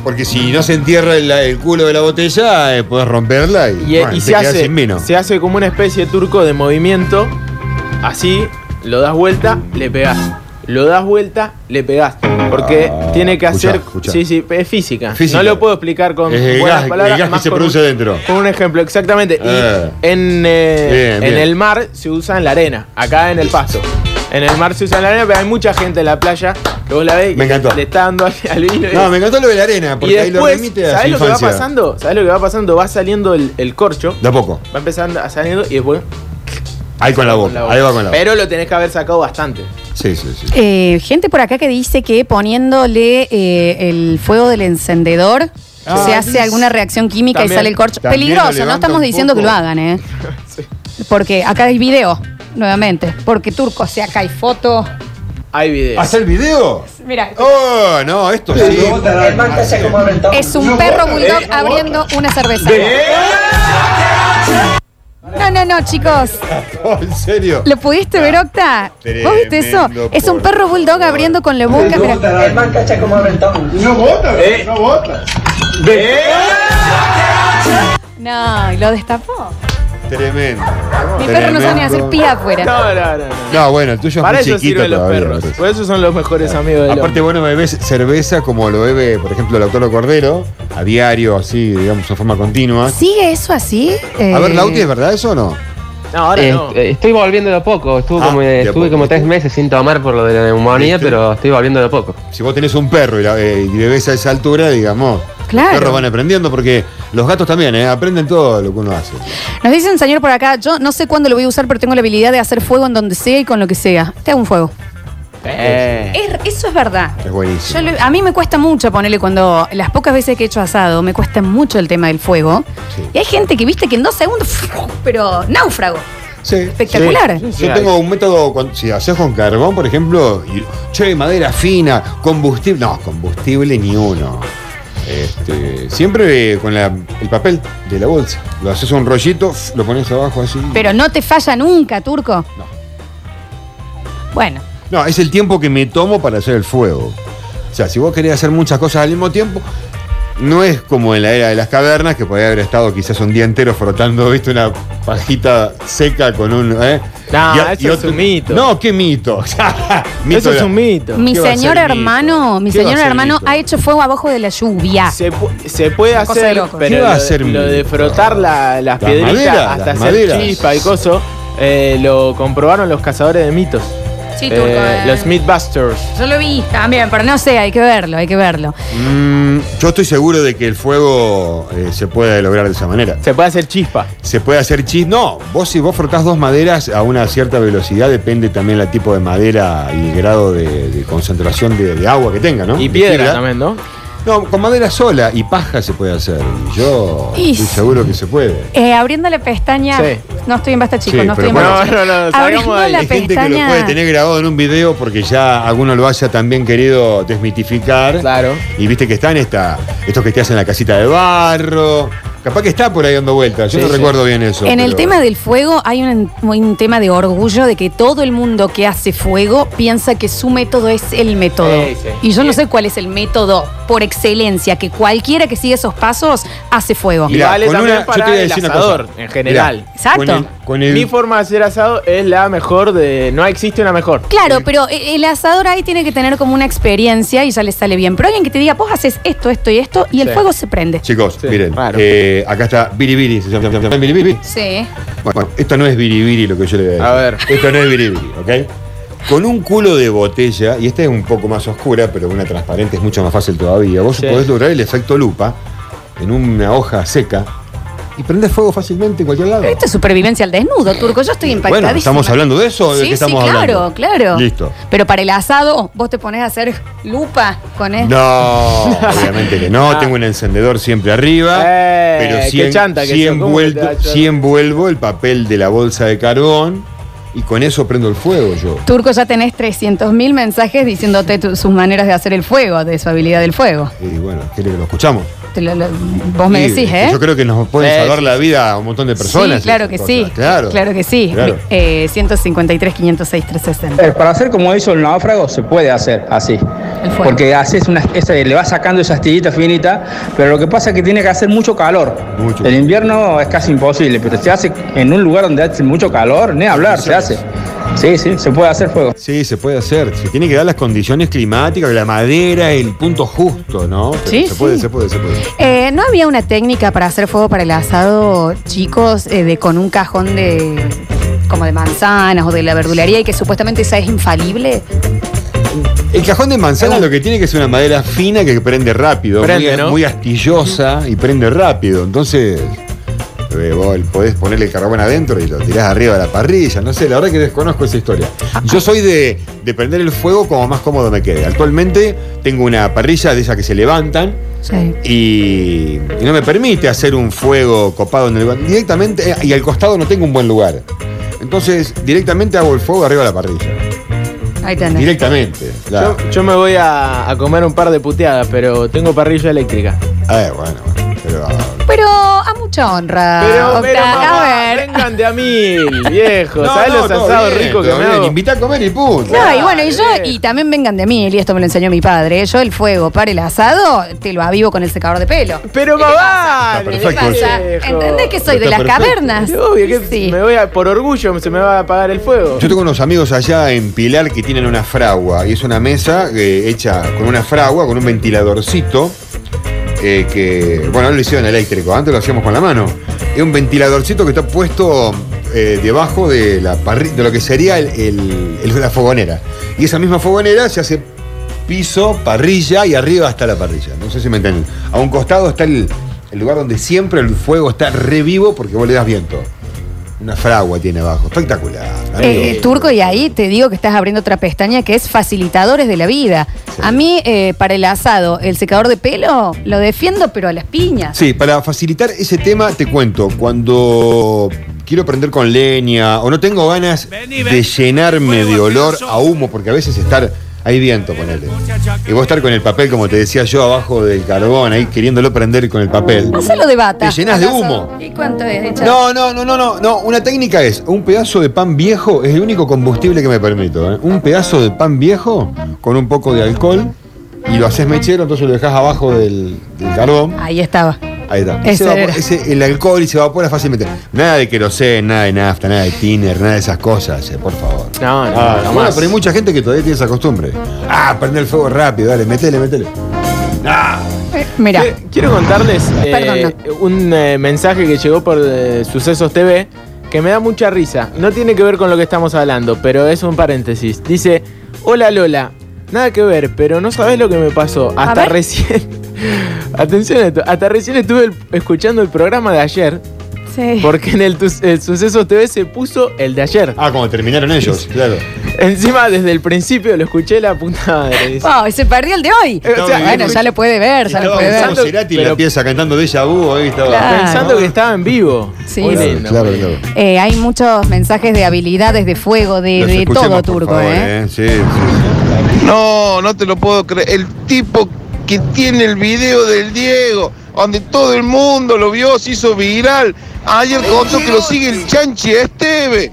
S3: Porque si no se entierra el, el culo de la botella, eh, podés romperla y,
S4: Y, eh,
S3: bueno,
S4: y
S3: te
S4: se,
S3: quedás
S4: hace,
S3: sin vino.
S4: se hace como una especie de turco de movimiento. Así, lo das vuelta, le pegás. Lo das vuelta, le pegás. Porque
S3: Ah,
S4: tiene que
S3: escuchá,
S4: hacer.
S3: escuchá.
S4: Sí, sí, es física.
S3: Física.
S4: No lo puedo explicar con
S3: Es el
S4: buenas
S3: gas- el
S4: palabras.
S3: gas que
S4: más
S3: se
S4: con
S3: produce
S4: un-
S3: dentro.
S4: Con un ejemplo, exactamente. Y
S3: Eh.
S4: en, eh,
S3: Bien,
S4: en
S3: bien.
S4: el mar se usa en la arena, acá en el pasto. En el mar se usa en la arena, pero hay mucha gente en la playa que vos la ves
S3: Me
S4: y le-
S3: encantó.
S4: le está dando al, al vino. y-
S3: No, me encantó lo de la arena,
S4: y
S3: porque ahí lo
S4: después,
S3: remite a su
S4: ¿sabés lo que va
S3: infancia.
S4: pasando? ¿Sabés lo que va pasando? Va saliendo el, el corcho.
S3: De a poco.
S4: Va empezando a salir y después.
S3: Ahí con la boca,
S4: la boca.
S3: ahí va con la boca.
S4: Pero lo tenés que haber sacado bastante.
S3: Sí, sí, sí.
S1: Eh, gente por acá que dice que poniéndole eh, el fuego del encendedor
S3: Ah,
S1: se hace
S3: dice-
S1: alguna reacción química y
S4: También-
S1: sale el corcho.
S3: también lo
S1: Peligroso, no
S3: levanta
S1: estamos
S3: un
S1: diciendo que
S3: poco.
S1: lo hagan, ¿eh?
S4: Sí.
S1: Porque acá hay video, nuevamente. Porque turco, o sea, acá hay foto.
S4: Hay videos.
S3: ¿Hacer el video?
S1: Mira,
S3: Oh, no, esto sí.
S1: es un perro bulldog
S3: Eh,
S1: abriendo
S3: oh.
S1: una cerveza. No, no, no, chicos.
S3: Oh, en serio.
S1: ¿Lo pudiste ver, Octa? ¿Vos viste eso?
S3: Tremendo,
S1: Es un
S3: por
S1: perro bulldog
S3: favor.
S1: abriendo con la boca. mira. No, y lo destapó.
S3: Tremendo.
S1: Mi perro no sabe ni hacer
S3: Tremendo.
S1: pía afuera.
S4: No, no, no. no.
S3: No, bueno, el tuyo es
S4: Para
S3: muy
S4: eso
S3: chiquito
S4: sirven los
S3: todavía,
S4: perros.
S3: me parece.
S4: Por eso son los mejores amigos del
S3: Aparte,
S4: hombre.
S3: bueno, bebés cerveza como lo bebe, por ejemplo, el autor Cordero, a diario, así, digamos, de forma continua.
S1: ¿Sigue eso así?
S3: A ver,
S1: Eh,
S3: Lauti, ¿es verdad eso o no?
S4: No, ahora
S6: Eh,
S4: no.
S6: eh, Estoy volviendo de a poco. Estuve,
S3: Ah,
S6: como,
S3: de a
S6: estuve
S3: poco.
S6: como tres meses sin tomar por lo de la neumonía,
S3: ¿Viste?
S6: pero estoy volviendo de a poco.
S3: Si vos tenés un perro y, la- eh, y bebés a esa altura, digamos,
S1: Claro.
S3: los perros van aprendiendo porque los gatos también, ¿eh? Aprenden todo lo que uno hace.
S1: Nos dicen, señor, por acá, yo no sé cuándo lo voy a usar, pero tengo la habilidad de hacer fuego en donde sea y con lo que sea. Te hago un fuego.
S4: Eh.
S1: Es- eso es verdad.
S3: Es buenísimo.
S1: Yo lo- a mí me cuesta mucho ponerle cuando las pocas veces que he hecho asado, me cuesta mucho el tema del fuego.
S3: Sí.
S1: Y hay gente que viste que en dos segundos, pero náufrago.
S3: Sí,
S1: Espectacular.
S3: sí, sí. Yo tengo un método, cuando- si haces con carbón, por ejemplo, y, che, madera fina, combustible. No, combustible ni uno. Este, siempre eh, con la- el papel de la bolsa. Lo haces un rollito, lo pones abajo así.
S1: Pero no te falla nunca, turco.
S3: No.
S1: Bueno,
S3: No, es el tiempo que me tomo para hacer el fuego. O sea, si vos querés hacer muchas cosas al mismo tiempo, no es como en la era de las cavernas, que podía haber estado quizás un día entero frotando, viste, una pajita seca con un. ¿eh?
S4: No, eso es un mito.
S3: No, qué mito. Mito
S4: Eso es
S3: la-
S4: un mito.
S1: mi
S3: ¿Qué va a
S1: señor
S3: ser, Nico?
S1: hermano, mi
S3: ¿Qué va a
S1: señor
S3: ser,
S1: hermano
S3: Nico?
S1: ha hecho fuego abajo de la lluvia.
S4: Se, pu- se puede
S1: Una cosa de
S4: hacer,
S1: locos.
S4: pero
S3: ¿Qué va a
S4: lo, de-
S3: hacer
S4: lo de
S3: Mirta?
S4: frotar la- las
S3: Las
S4: piedritas
S3: maderas,
S4: hasta
S3: las
S4: hacer
S3: maderas.
S4: chispa y coso, eh, lo comprobaron los cazadores de mitos.
S1: Sí,
S4: Eh, Los Mythbusters.
S1: Yo lo vi también, pero no sé, hay que verlo, hay que verlo.
S3: Mm, yo estoy seguro de que el fuego eh, se puede lograr de esa manera.
S4: Se puede hacer chispa.
S3: Se puede hacer chis. No, vos si vos frotás dos maderas a una cierta velocidad, depende también el tipo de madera y el grado de, de concentración de, de agua que tenga, ¿no?
S4: Y
S3: De
S4: piedra
S3: fibra.
S4: también, ¿no?
S3: No, con madera sola y paja se puede hacer. Y yo
S1: Y
S3: estoy
S1: sí.
S3: seguro que se puede.
S1: Eh, abriendo la pestaña.
S4: Sí.
S1: No estoy en basta, chicos,
S3: Sí,
S1: no estoy
S3: pero
S1: en
S3: bueno,
S1: basta.
S4: No, no, no, salgamos
S1: abriendo
S4: de ahí.
S1: la
S3: Hay gente que lo
S1: pestaña.
S3: puede tener grabado en un video porque ya alguno lo haya también querido desmitificar.
S4: Claro.
S3: Y viste que están esta, estos que te hacen la casita de barro. Capaz que está por ahí dando vueltas. Yo
S4: Sí,
S3: no
S4: sí.
S3: recuerdo bien eso.
S1: En el
S3: pero-
S1: tema del fuego hay un, un tema de orgullo de que todo el mundo que hace fuego piensa que su método es el método.
S4: Sí, sí.
S1: Y yo no sé cuál es el método por excelencia, que cualquiera que sigue esos pasos hace fuego.
S4: Y
S3: Mirá,
S4: vale
S3: con
S4: también
S3: una- yo
S4: para
S3: te voy a
S4: el
S3: decir una
S4: asador,
S3: cosa.
S4: en general.
S3: Mirá,
S1: Exacto.
S3: Con el, con el-
S4: Mi forma de hacer asado es la mejor de. No existe una mejor.
S1: Claro, pero e- el asador ahí tiene que tener como una experiencia y ya le sale bien. Pero alguien que te diga, vos haces esto, esto y esto, y el
S4: Sí.
S1: fuego se prende.
S3: Chicos,
S4: Sí,
S3: miren,
S4: raro.
S3: eh, acá está Biribiri. ¿Se llama- se llama Biribiri?
S1: Sí.
S3: Bueno, bueno, esto no es biribiri lo que yo le voy a decir.
S4: A ver.
S3: Esto no es biribiri, ¿ok? Con un culo de botella, y esta es un poco más oscura, pero una transparente es mucho más fácil todavía, vos
S4: Sí.
S3: podés lograr el efecto lupa en una hoja seca, y prende fuego fácilmente en cualquier lado.
S1: Esto es supervivencia al desnudo, turco. Yo estoy impactadísima.
S3: Bueno, ¿estamos hablando de eso o de
S1: sí,
S3: qué estamos
S1: sí, claro,
S3: hablando?
S1: claro.
S3: Listo.
S1: Pero para el asado, vos te pones a hacer lupa con esto.
S3: No, obviamente que no. Tengo un encendedor siempre arriba.
S4: Ah. Eh,
S3: pero sí,
S4: qué
S3: en-
S4: chanta que
S3: sí
S4: sos, ¿cómo que te
S3: envuelto-
S4: da chanta?
S3: sí envuelvo el papel de la bolsa de carbón y con eso prendo el fuego yo.
S1: Turco, ya tenés 300.000 mensajes diciéndote tu- sus maneras de hacer el fuego, de su habilidad del fuego.
S3: Y bueno, ¿quiere que lo escuchamos?
S1: Te lo- lo- vos me
S3: Sí,
S1: decís,
S3: que
S1: ¿eh?
S3: Yo creo que nos pueden
S4: Eh,
S3: salvar
S4: sí,
S3: la vida a un montón de personas.
S1: sí, claro
S3: esas
S1: que
S3: cosas.
S1: sí.
S3: Claro.
S1: que sí.
S3: Claro.
S1: Eh, 153, 506, 360.
S7: Eh, Para hacer como hizo el náufrago se puede hacer así.
S1: El fuego.
S7: Porque haces una, esa- le vas sacando esas tiritas finitas, pero lo que pasa es que tiene que hacer mucho calor.
S3: Mucho.
S7: El invierno es casi imposible, pero se hace en un lugar donde hace mucho calor, ni hablar, se hace. Sí, sí, se puede hacer fuego.
S3: Sí, se puede hacer. Se tienen que dar las condiciones climáticas, la madera, el punto justo, ¿no? Pero
S1: Sí,
S3: se puede,
S1: sí.
S3: se puede, se puede.
S1: Eh, ¿No había una técnica para hacer fuego para el asado, chicos, eh, de, con un cajón de como de manzanas o de la verdulería y que supuestamente esa es infalible?
S3: El cajón de manzana lo que tiene que ser una madera fina que prende rápido,
S4: Prende,
S3: muy,
S4: ¿no?
S3: muy astillosa y prende rápido. Entonces, eh, vos podés ponerle el carbón adentro y lo tirás arriba de la parrilla. No sé, la verdad que desconozco esa historia.
S4: Ah,
S3: Yo soy de, de prender el fuego como más cómodo me quede. Actualmente tengo una parrilla de esas que se levantan
S1: Sí.
S3: y, y no me permite hacer un fuego copado en el ba- directamente eh, y al costado no tengo un buen lugar. Entonces, directamente hago el fuego arriba de la parrilla.
S1: Ahí tenés.
S3: Directamente. la-
S4: Yo, yo me voy a, a comer un par de puteadas, pero tengo parrilla eléctrica.
S3: Eh, bueno, bueno, pero ah,
S1: Pero a mucha honra.
S4: Pero, pero,
S1: Octavio,
S4: mamá,
S1: a ver.
S4: vengan de a mil, viejo. ¿Sabes los
S3: todo
S4: asados
S3: bien,
S4: ricos que
S3: todo
S4: me
S3: bien,
S4: hago?
S3: Invita a comer y punto.
S1: No, y bueno, y yo,
S4: Dale.
S1: y también vengan de mí, y esto me lo enseñó mi padre. Yo el fuego para el asado te lo avivo con el secador de pelo.
S4: Pero mamá,
S3: Está
S1: ¿Qué
S3: perfecto.
S1: pasa?
S4: viejo.
S1: ¿Entendés que soy de
S3: Está
S1: las
S3: perfecto.
S1: cavernas?
S4: Obvio que
S1: Sí.
S4: me voy a, por orgullo se me va a apagar el fuego.
S3: Yo tengo unos amigos allá en Pilar que tienen una fragua y es una mesa eh, hecha con una fragua, con un ventiladorcito. eh, que, bueno, no lo hicieron eléctrico, antes lo hacíamos con la mano. Es un ventiladorcito que está puesto eh, debajo de, la parri- de lo que sería el- el- el- la fogonera. Y esa misma fogonera se hace piso, parrilla y arriba está la parrilla. No sé si me entienden. A un costado está el, el lugar donde siempre el fuego está revivo porque vos le das viento. Una fragua tiene abajo. Espectacular. amigo.
S1: Eh, turco, y ahí te digo que estás abriendo otra pestaña que es facilitadores de la vida.
S3: Sí.
S1: A mí, eh, para el asado, el secador de pelo lo defiendo, pero a las piñas.
S3: Sí, para facilitar ese tema te cuento, cuando quiero prender con leña o no tengo ganas de llenarme de olor a humo, porque a veces estar, hay viento, ponele. Y vos estar con el papel, como te decía yo, abajo del carbón, ahí queriéndolo prender con el papel.
S1: Hazlo de bata.
S3: Te llenas de
S1: ¿Acaso?
S3: humo.
S1: ¿Y cuánto es? de chapa?
S3: No, no, no, no, no, no. Una técnica es, un pedazo de pan viejo es el único combustible que me permito. ¿eh? Un pedazo de pan viejo con un poco de alcohol y lo haces mechero, entonces lo dejas abajo del, del carbón.
S1: Ahí estaba.
S3: Ahí está.
S1: Ese
S3: Se evapora-
S1: era.
S3: ese- el alcohol y se evapora fácilmente. Nada de querosén, nada de nafta, nada de tiner, nada de esas cosas, eh, por favor.
S4: No, no,
S3: Ah,
S4: no
S3: bueno,
S4: más.
S3: pero hay mucha gente que todavía tiene esa costumbre. Ah, prende el fuego rápido, dale, metele, metele.
S1: Eh, mira.
S4: Quiero, quiero contarles eh,
S1: Perdón,
S4: un eh, mensaje que llegó por eh, Sucesos TV que me da mucha risa. No tiene que ver con lo que estamos hablando, pero es un paréntesis. Dice, hola Lola, nada que ver, pero no sabes lo que me pasó. Hasta
S1: ver.
S4: recién... Atención, a esto, hasta recién estuve el- escuchando el programa de ayer,
S1: Sí.
S4: porque en el, tus- el Sucesos TV se puso el de ayer.
S3: Ah, como terminaron ellos, claro.
S4: Encima, desde el principio lo escuché la puta madre. dice.
S1: Wow, se perdió el de hoy.
S4: Eh, o sea,
S1: Ah. bueno, ya lo puede ver, ya lo
S3: Estaba
S1: puede ver.
S3: Gustavo Cerati y la
S4: Pero-
S3: pieza cantando de Vu, ahí estaba.
S1: Claro.
S4: Pensando que estaba en vivo.
S1: Sí,
S4: Muy
S1: sí.
S4: lindo.
S3: Claro, claro.
S1: Eh, hay muchos mensajes de habilidades, de fuego, Eh, de,
S3: Los
S1: de todo
S3: escuchemos, por
S1: turco,
S3: favor,
S1: ¿eh?
S3: Sí, sí.
S8: No, no te lo puedo creer. El tipo que tiene el video del Diego, donde todo el mundo lo vio, se hizo viral. Ayer contó que lo sigue el chanchi Esteve.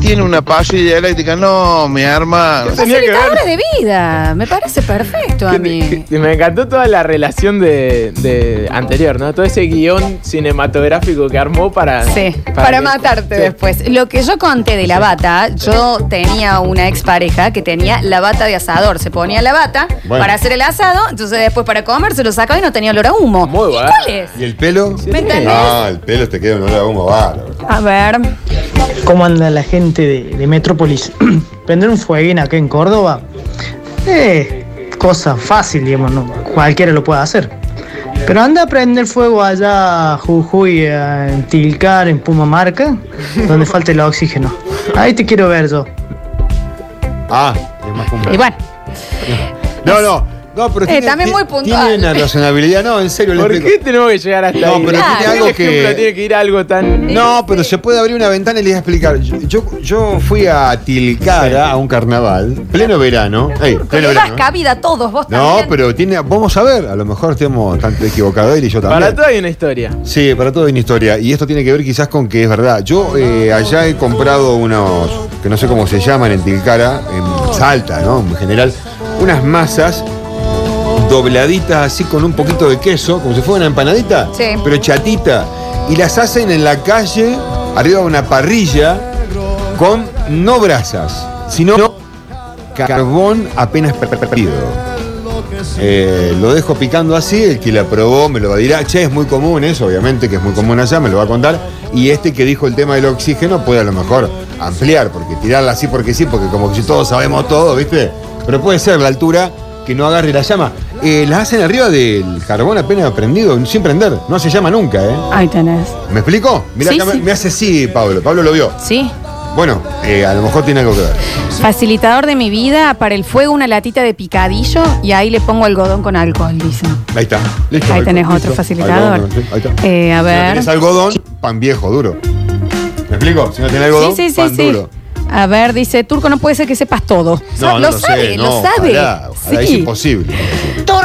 S8: Tiene una parrilla eléctrica. No, mi hermano.
S4: Tenía que ver.
S1: Facilitadores de vida. Me parece perfecto a mí.
S4: Y Me encantó toda la relación de, de anterior, ¿no? Todo ese guión cinematográfico que armó para.
S1: Sí, para,
S4: que-
S1: matarte
S4: Sí.
S1: después. Lo que yo conté de la bata, yo tenía una expareja que tenía la bata de asador. Se ponía la bata
S3: Bueno.
S1: para hacer el asado, entonces después para comer se lo sacaba y no tenía olor a humo.
S4: Muy
S1: ¿Y
S4: bueno.
S1: cuál es?
S3: ¿Y el pelo?
S1: ¿Me entendés?
S3: Ah, el pelo te queda un olor a humo bárbaro.
S1: A ver.
S9: ¿Cómo anda la gente de, de Metrópolis? Prender un fueguín acá en Córdoba, eh, cosa fácil, digamos, ¿no? cualquiera lo puede hacer. Pero anda a prender fuego allá a Jujuy, a- en Tilcar, en Pumamarca, donde falta el oxígeno. Ahí te quiero ver yo.
S3: Ah, es más puntual.
S1: Y bueno,
S3: No, no. No, pero
S1: Eh, también muy puntual.
S3: Tiene una razonabilidad, no, en serio. le
S4: ¿Por
S3: explico.
S4: qué tenemos que llegar hasta
S3: No,
S4: ahí?
S3: pero
S1: tiene
S4: Claro.
S3: algo
S4: Por ejemplo,
S3: que-
S4: tiene que ir algo tan...
S3: No, pero se puede abrir una ventana y les voy a explicar. Yo, yo, yo fui a Tilcara a un carnaval, pleno verano. Ey,
S1: que
S3: pleno
S1: le das
S3: verano. ¿eh?
S1: cabida a todos, vos
S3: No,
S1: también.
S3: pero tiene, vamos a ver, a lo mejor estemos tanto equivocados él y yo también.
S4: Para todo hay una historia.
S3: Sí, para todo hay una historia. Y esto tiene que ver quizás con que es verdad. Yo eh, allá he comprado unos, que no sé cómo se llaman en Tilcara, en Salta, ¿no? En general, unas masas dobladitas así con un poquito de queso, como si fuera una empanadita,
S1: Sí.
S3: pero chatita. Y las hacen en la calle, arriba de una parrilla, con no brasas, sino carbón apenas per- per- perdido. Eh, lo dejo picando así, el que la probó me lo va a dirá, che, es muy común eso, obviamente que es muy común allá, me lo va a contar. Y este que dijo el tema del oxígeno puede a lo mejor ampliar, porque tirarla así porque sí, porque como que todos sabemos todo, ¿viste? Pero puede ser la altura que no agarre la llama. Eh, las hacen arriba del carbón apenas prendido, sin prender, no se llama nunca, ¿eh?
S1: Ahí tenés.
S3: ¿Me explico? Mirá,
S1: Sí,
S3: acá me-
S1: sí.
S3: me hace sí, Pablo, Pablo lo vio.
S1: Sí.
S3: Bueno, eh, a lo mejor tiene algo que ver.
S1: Facilitador de mi vida, para el fuego una latita de picadillo y ahí le pongo algodón con alcohol, dicen.
S3: Ahí está. Listo,
S1: Ahí
S3: algo-
S1: tenés
S3: listo.
S1: otro facilitador.
S3: Algodón, sí, ahí está.
S1: Eh, a
S3: Si no
S1: ver.
S3: tenés algodón, pan viejo, duro. ¿Me explico? Si no tenés algodón,
S1: sí, sí,
S3: pan
S1: sí, sí.
S3: duro.
S1: A ver, dice, Turco, no puede ser que sepas todo. Sa- lo, sabe,
S3: sé,
S1: lo
S3: no,
S1: sabe,
S3: ojalá, ojalá, Es
S1: Sí.
S3: imposible.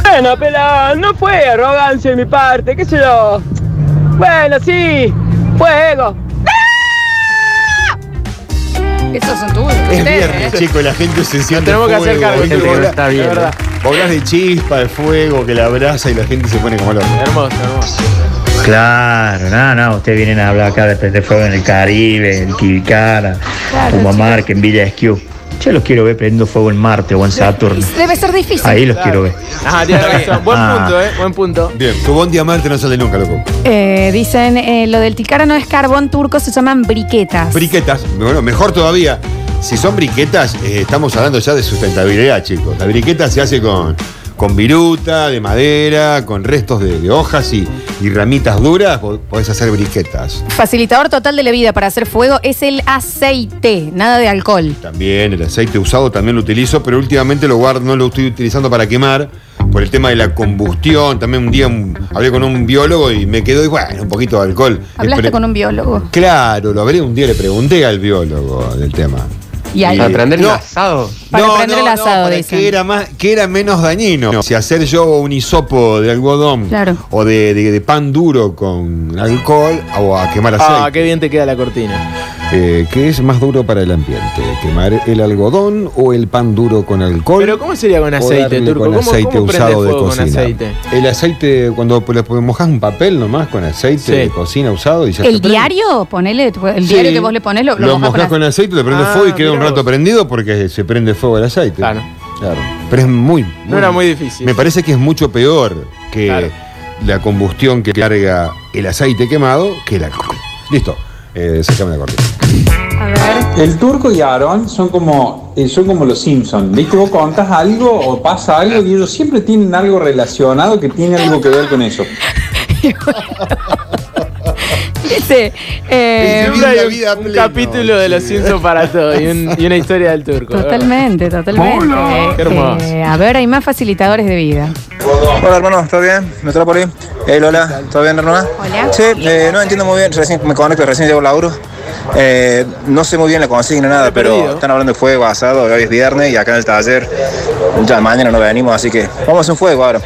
S5: Bueno, pero no fue arrogancia de mi parte, qué sé yo. Bueno, sí, fue ego.
S1: Esos son tuyos.
S3: Es
S1: ustedes,
S3: viernes,
S1: ¿eh?
S3: chicos, la gente se siente
S4: tenemos que hacer cargo,
S3: ¿viste?
S4: gente que no
S3: Bolas-
S4: está bien, eh.
S3: la verdad. Bolas de chispa, de fuego, que la abraza y la gente se pone como loca.
S4: Hermoso, hermoso.
S10: Claro, no, no, ustedes vienen a hablar acá de prender fuego en el Caribe, en Titicara,
S1: Claro,
S10: Pumamarca, en Villa Esquiú. Yo los quiero ver prendiendo fuego en Marte o en Saturno.
S1: Debe ser difícil.
S10: Ahí los quiero ver.
S4: Ajá, tiene razón. Buen
S10: Ah.
S4: punto, eh. Buen punto.
S3: Bien, tu buen diamante no sale nunca, loco.
S1: Eh, dicen, eh, lo del ticara no es carbón turco, se llaman briquetas.
S3: Briquetas, bueno, mejor todavía. Si son briquetas, eh, estamos hablando ya de sustentabilidad, chicos. La briqueta se hace con, con viruta, de madera, con restos de, de hojas y, y ramitas duras. po- Podés hacer briquetas.
S1: Facilitador total de la vida para hacer fuego es el aceite, nada de alcohol.
S3: También el aceite usado también lo utilizo, pero últimamente lo guardo, no lo estoy utilizando para quemar por el tema de la combustión. También un día un- hablé con un biólogo y me quedó, y bueno, un poquito de alcohol.
S1: Hablaste
S3: Espere-
S1: con un biólogo.
S3: Claro, lo hablé un día, le pregunté al biólogo del tema.
S1: Y ahí.
S6: Para aprender
S3: No.
S6: el
S4: Ah,
S6: asado.
S1: Para prender el asado,
S3: para
S1: dicen.
S3: Que era, más, que era menos dañino. Si hacer yo un hisopo de algodón
S1: Claro.
S3: o de, de- de pan duro con alcohol o a quemar aceite.
S4: Ah, qué bien te queda la cortina.
S3: Eh, ¿Qué es más duro para el ambiente? ¿Quemar el algodón o el pan duro con alcohol?
S4: Pero ¿cómo sería con
S3: O
S4: aceite,
S3: darle
S4: Turco?
S3: Con
S4: ¿Cómo,
S3: aceite
S4: cómo prende
S3: usado de
S4: fuego con
S3: cocina.
S4: aceite?
S3: El aceite, cuando pues, le mojas un papel nomás con aceite
S4: Sí.
S3: de cocina usado y ya se
S1: El
S3: prende.
S1: diario, ponele, tu- el
S3: Sí.
S1: diario que vos le pones lo, lo mojás
S3: mojás
S1: con
S3: con
S1: aceite.
S3: aceite, le prendes
S4: Ah,
S3: fuego y queda un
S4: mirá
S3: rato
S4: vos.
S3: prendido porque se prende fuego el aceite.
S4: Claro.
S3: Claro. Pero es muy,
S4: No era muy difícil.
S3: Me parece que es mucho peor que
S4: Claro.
S3: la combustión que carga el aceite quemado que el alcohol. Listo. Eh, sacame la cortina.
S1: A ver.
S7: El turco y Aaron son como, eh, son como los Simpsons. ¿Viste? Vos contás algo o pasa algo y ellos siempre tienen algo relacionado que tiene algo que ver con eso.
S1: Dice, eh,
S3: Vivir la
S4: un,
S3: vida
S4: un
S3: plena,
S4: capítulo de los
S3: sí.
S4: Simpsons para todo y, un- y una historia del turco.
S1: totalmente, totalmente.
S4: Qué hermoso.
S1: Eh, a ver, hay más facilitadores de vida.
S11: Hola hermano, ¿todo bien? Metrópoli. Eh, Lola, ¿todo bien hermana?
S1: Hola.
S11: Sí, eh, no entiendo muy bien, recién me conecto, recién llevo laburo. Eh, no sé muy bien la consigna, nada, pero
S4: perdido.
S11: están hablando de fuego asado, hoy es viernes y acá en el taller ya mañana no venimos, así que vamos a hacer un fuego ahora.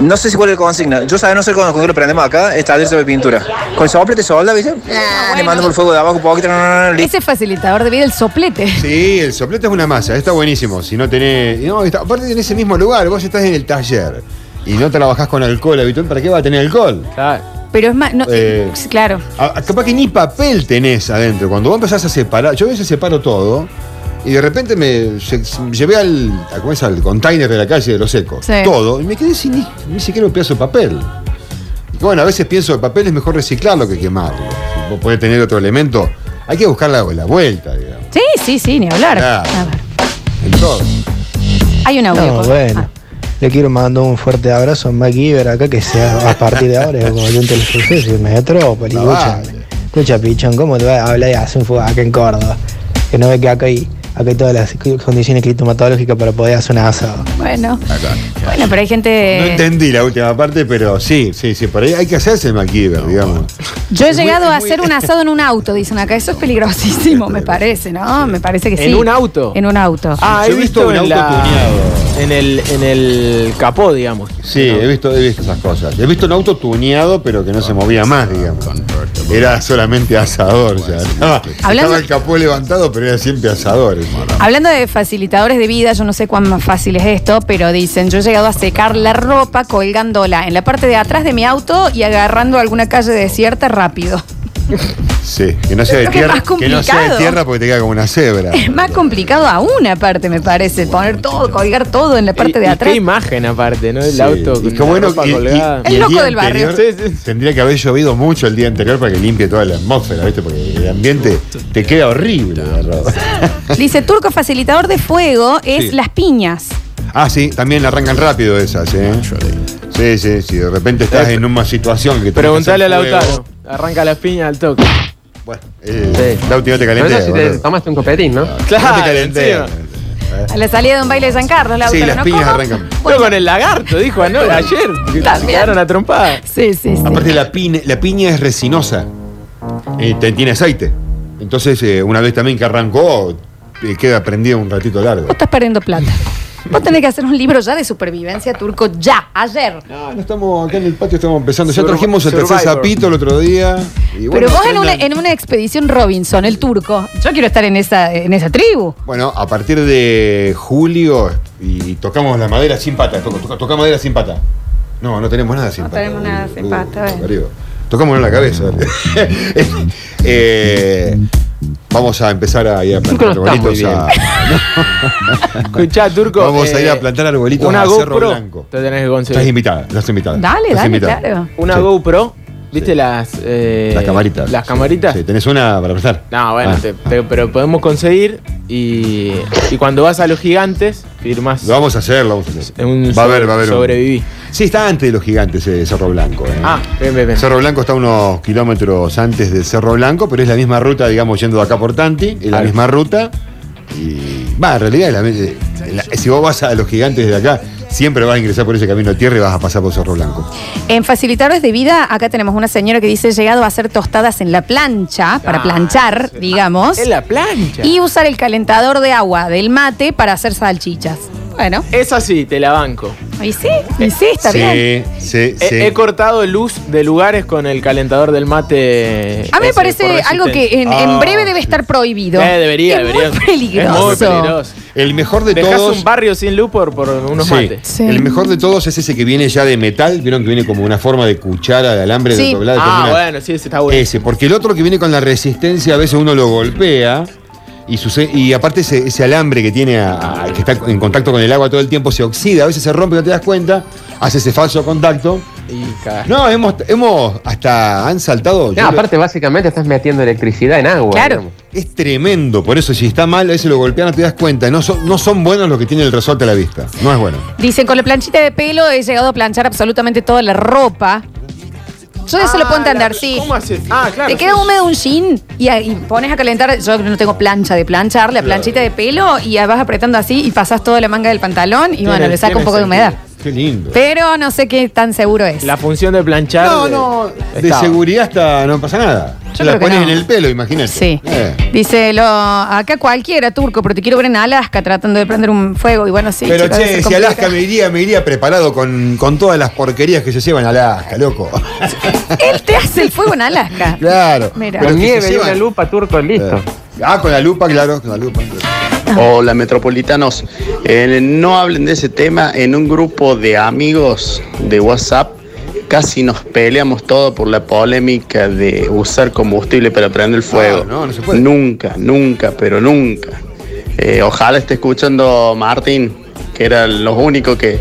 S11: No sé si cuál es la consigna, yo sabía no sé cuándo cuándo lo prendemos acá, es taller sobre pintura. Con sople te solda,
S12: Ah,
S11: ¿viste? Ah, Le mandamos el fuego de abajo un poquito, no, no, no, listo.
S1: Ese facilitador de vida, el soplete.
S3: Sí, el soplete es una masa, está buenísimo. Si no tenés. No, está- aparte en ese mismo lugar, vos estás en el taller y no trabajás con alcohol habitual, ¿para qué va a tener alcohol?
S4: Claro.
S1: Pero es más, no,
S3: Eh.
S1: claro.
S3: A- a- capaz que ni papel tenés adentro. Cuando vos empezás a separar, yo a veces separo todo y de repente me lle- llevé al, a- ¿cómo es? al container de la calle de los secos
S1: Sí.
S3: todo y me quedé sin ni, ni siquiera un pedazo de papel. Y bueno, a veces pienso que el papel es mejor reciclarlo que quemarlo. Si vos podés tener otro elemento, hay que buscar la, la vuelta, digamos.
S1: Sí, sí, sí, ni hablar.
S3: Claro.
S1: A ver,
S3: En todo.
S1: hay un audio.
S10: No,
S1: por-
S10: bueno.
S1: Ah.
S13: Le quiero mandar un fuerte abrazo a MacGyver acá, que sea a partir de ahora, como oyente del suceso, y Metrópolis.
S14: No
S13: escucha, escucha, pichón, ¿cómo te vas a hablar de hacer un fuego acá en Córdoba? Que no ve que acá hay, acá hay todas las condiciones climatológicas para poder hacer un asado.
S1: Bueno,
S3: Acá.
S1: bueno, pero hay
S3: No
S1: gente.
S3: entendí la última parte, pero sí, sí, sí. Por ahí hay que hacerse el MacGyver, digamos.
S1: Yo he llegado a hacer un asado en un auto, dicen acá. Eso es peligrosísimo, me parece, ¿no? Me parece que sí.
S4: ¿En un auto?
S1: En un auto.
S4: Ah, he
S3: Yo he visto
S4: visto,
S3: un
S4: en,
S3: auto
S4: la-
S3: tuneado.
S4: en el en el capó, digamos.
S3: Sí, he, visto, he visto esas cosas. He visto un auto tuneado, pero que no se movía más, digamos. Era solamente asador. ya. Estaba,
S1: Hablando-
S3: estaba el capó levantado, pero era siempre asador. eso.
S1: Hablando de facilitadores de vida, yo no sé cuán más fácil es esto, pero dicen, yo he llegado a secar la ropa colgándola en la parte de atrás de mi auto y agarrando alguna calle desierta rápido.
S3: Sí, que no sea de
S1: Creo que es
S3: tierra.
S1: más
S3: Que no sea de
S1: complicado.
S3: tierra porque te queda como una cebra.
S1: Es más complicado aún, aparte, me parece, poner todo, colgar todo en la parte
S4: Y-
S1: de
S4: y
S1: atrás.
S4: Qué imagen aparte, ¿no? El
S3: Sí,
S4: auto
S3: y
S4: con
S3: qué bueno
S4: la ropa
S3: que- y-
S4: colgada.
S3: y- y
S1: El loco
S3: día
S1: del barrio.
S3: anterior Tendría que haber llovido mucho el día anterior para que limpie toda la atmósfera, ¿viste? Porque el ambiente te queda horrible. la ropa.
S1: Dice, turco facilitador de fuego es
S3: Sí.
S1: las piñas.
S3: Ah, sí, también arrancan rápido esas, ¿eh? Sí, sí, sí. De repente estás en una situación que tenés que
S4: Eh, Preguntale a
S3: hacer fuego.
S4: Lautaro. Arranca las piñas al toque.
S3: Eh, Lauti, no te
S6: Pero
S3: calenté.
S6: eso si te tomaste un copetín, ¿no?
S3: No te
S4: Claro,
S3: calenté.
S4: encima.
S1: A la salida de un baile de San Carlos, la
S3: Eh. Sí, las piñas arrancan.
S4: Yo con el lagarto, dijo ano- ayer. que se Quedaron a trompada.
S1: Sí, sí, sí.
S3: Aparte, la, pine- la piña es resinosa. Y te- tiene aceite. Entonces, eh, una vez también que arrancó, eh, queda prendida un ratito largo.
S1: Vos estás perdiendo plata. Vos tenés que hacer un libro ya de supervivencia turco, ya, ayer.
S3: Ah, No estamos acá en el patio, estamos empezando. Ya
S4: Survi-
S3: trajimos el tercer
S4: Survivor.
S3: sapito el otro día. y bueno,
S1: Pero vos en
S3: aprendan.
S1: una, en una expedición Robinson, el turco, yo quiero estar en esa, en esa tribu.
S3: Bueno, a partir de julio y tocamos la madera sin pata. Toca, toca- toca madera sin pata. No, no tenemos nada sin
S1: No
S3: pata. Uh,
S1: tenemos nada sin pata, a ver.
S3: arriba. Tocámonos la cabeza. dale. Eh, vamos a empezar a ir a plantar
S4: Turco no está
S3: arbolitos.
S4: muy
S3: a-
S4: Escuchá, Turco.
S3: vamos a ir
S4: eh,
S3: a plantar arbolitos
S4: Una
S3: a Cerro
S4: GoPro.
S3: Blanco.
S4: Te tenés que
S3: Estás
S4: conseguir.
S3: invitada, estás invitada.
S1: Dale,
S3: estás
S1: dale,
S3: invitada.
S1: claro.
S4: Una
S3: Sí.
S4: GoPro. ¿Viste las. eh,
S3: Las camaritas.
S4: Las
S3: Sí,
S4: camaritas.
S3: sí, tenés una para prestar.
S4: No, bueno,
S3: Ah.
S4: te- te- pero podemos conseguir y, y cuando vas a los gigantes, firmás.
S3: Lo vamos a hacer, lo vamos a hacer. va a haber, va a haber. un-
S4: Sobreviví.
S3: Sí, está antes de los gigantes eh, Cerro Blanco. eh.
S4: Ah, bien, bien, bien.
S3: Cerro Blanco está unos kilómetros antes de Cerro Blanco, pero es la misma ruta, digamos, yendo de acá por Tanti, es la
S4: Claro.
S3: misma ruta. Y va, en realidad, es la mi- eh, la- si vos vas a los gigantes de acá, siempre vas a ingresar por ese camino de tierra y vas a pasar por Cerro Blanco.
S1: En facilitadores de vida, acá tenemos una señora que dice he llegado a hacer tostadas en la plancha, para
S4: Ah,
S1: planchar, digamos,
S4: En la plancha.
S1: y usar el calentador de agua del mate para hacer salchichas. Bueno,
S4: Esa sí, te la banco.
S1: y sí, y sí, está
S3: sí,
S1: bien.
S3: sí,
S4: He-
S3: sí.
S4: He, cortado luz de lugares con el calentador del mate.
S1: A mí me
S4: ese por
S1: parece algo que en, en
S3: Ah,
S1: breve debe estar prohibido.
S4: Eh, debería,
S1: es
S4: debería.
S1: Muy
S4: Es
S1: peligroso.
S4: muy peligroso.
S3: El mejor de
S4: Dejás
S3: todos.
S4: un barrio sin luz por, por unos
S3: Sí.
S4: mates.
S1: Sí.
S3: El mejor de todos es ese que viene ya de metal, vieron que viene como una forma de cuchara de alambre
S1: Sí.
S3: de doblada. como
S4: Ah,
S3: una-
S4: bueno, sí, ese está bueno.
S3: Ese, porque el otro que viene con la resistencia, a veces uno lo golpea. Y, suce- y aparte ese, ese alambre que tiene a- a- que está en contacto con el agua todo el tiempo se oxida, a veces se rompe, no te das cuenta, hace ese falso contacto.
S4: Y cagaste.
S3: No, hemos, hemos hasta han saltado.
S6: No,
S3: yo lo-
S6: aparte, básicamente estás metiendo electricidad en agua.
S1: Claro.
S6: digamos.
S3: es tremendo, por eso si está mal, a veces lo golpean, no te das cuenta. No son, no son buenos los que tienen el resorte a la vista. No es bueno.
S1: Dicen, con la planchita de pelo he llegado a planchar absolutamente toda la ropa. Yo eso lo puedo
S4: Ah, la-
S1: entender, sí.
S4: ¿Cómo haces? Ah, claro.
S1: Te queda
S4: sí.
S1: húmedo un jean y, ahí pones a calentar. Yo no tengo plancha de planchar, la planchita de pelo y vas apretando así y pasas toda la manga del pantalón y bueno, le saca un
S4: tiene
S1: poco de humedad.
S4: sentido.
S3: Qué lindo.
S1: Pero no sé qué tan seguro es.
S4: La función de planchar.
S3: No,
S4: de-
S3: no, de
S4: estaba.
S3: seguridad hasta no pasa nada. Te
S1: Yo creo
S3: la
S1: que
S3: pones
S1: no.
S3: en el pelo, imagínate.
S1: Sí.
S3: Eh.
S1: Dice, lo, acá cualquiera turco, pero te quiero ver en Alaska tratando de prender un fuego y bueno, sí.
S3: Pero
S1: chicos, debe
S3: che,
S1: ser
S3: si Alaska
S1: complicado.
S3: me iría, me iría preparado con, con todas las porquerías que se llevan a Alaska, loco.
S1: Él te hace el fuego en Alaska.
S3: claro.
S1: Mira.
S3: Pero
S6: Con
S3: que
S6: nieve
S3: se
S6: y
S3: llevan-
S6: una lupa turco, listo.
S3: Eh. Ah, con la lupa, claro, con la lupa.
S12: Hola metropolitanos, Eh, no hablen de ese tema en un grupo de amigos de WhatsApp. Casi nos peleamos todo por la polémica de usar combustible para prender el fuego.
S3: Ah, no, no se puede.
S12: Nunca, nunca, pero nunca. Eh, ojalá esté escuchando Martín, que eran los únicos que,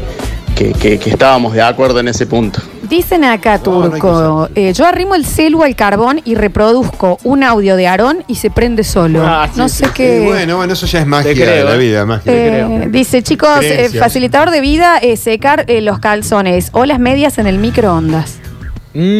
S12: que- que- que estábamos de acuerdo en ese punto.
S1: Dicen acá, Turco, eh, yo arrimo el celu al carbón y reproduzco un audio de Aarón y se prende solo. no sé qué.
S3: Y Eh, bueno, bueno, eso ya es magia
S4: creo,
S3: de la
S4: eh.
S3: vida, magia.
S1: Eh, dice, chicos, eh,
S3: Creencias.
S1: facilitador de vida, eh, secar eh, los calzones o las medias en el microondas.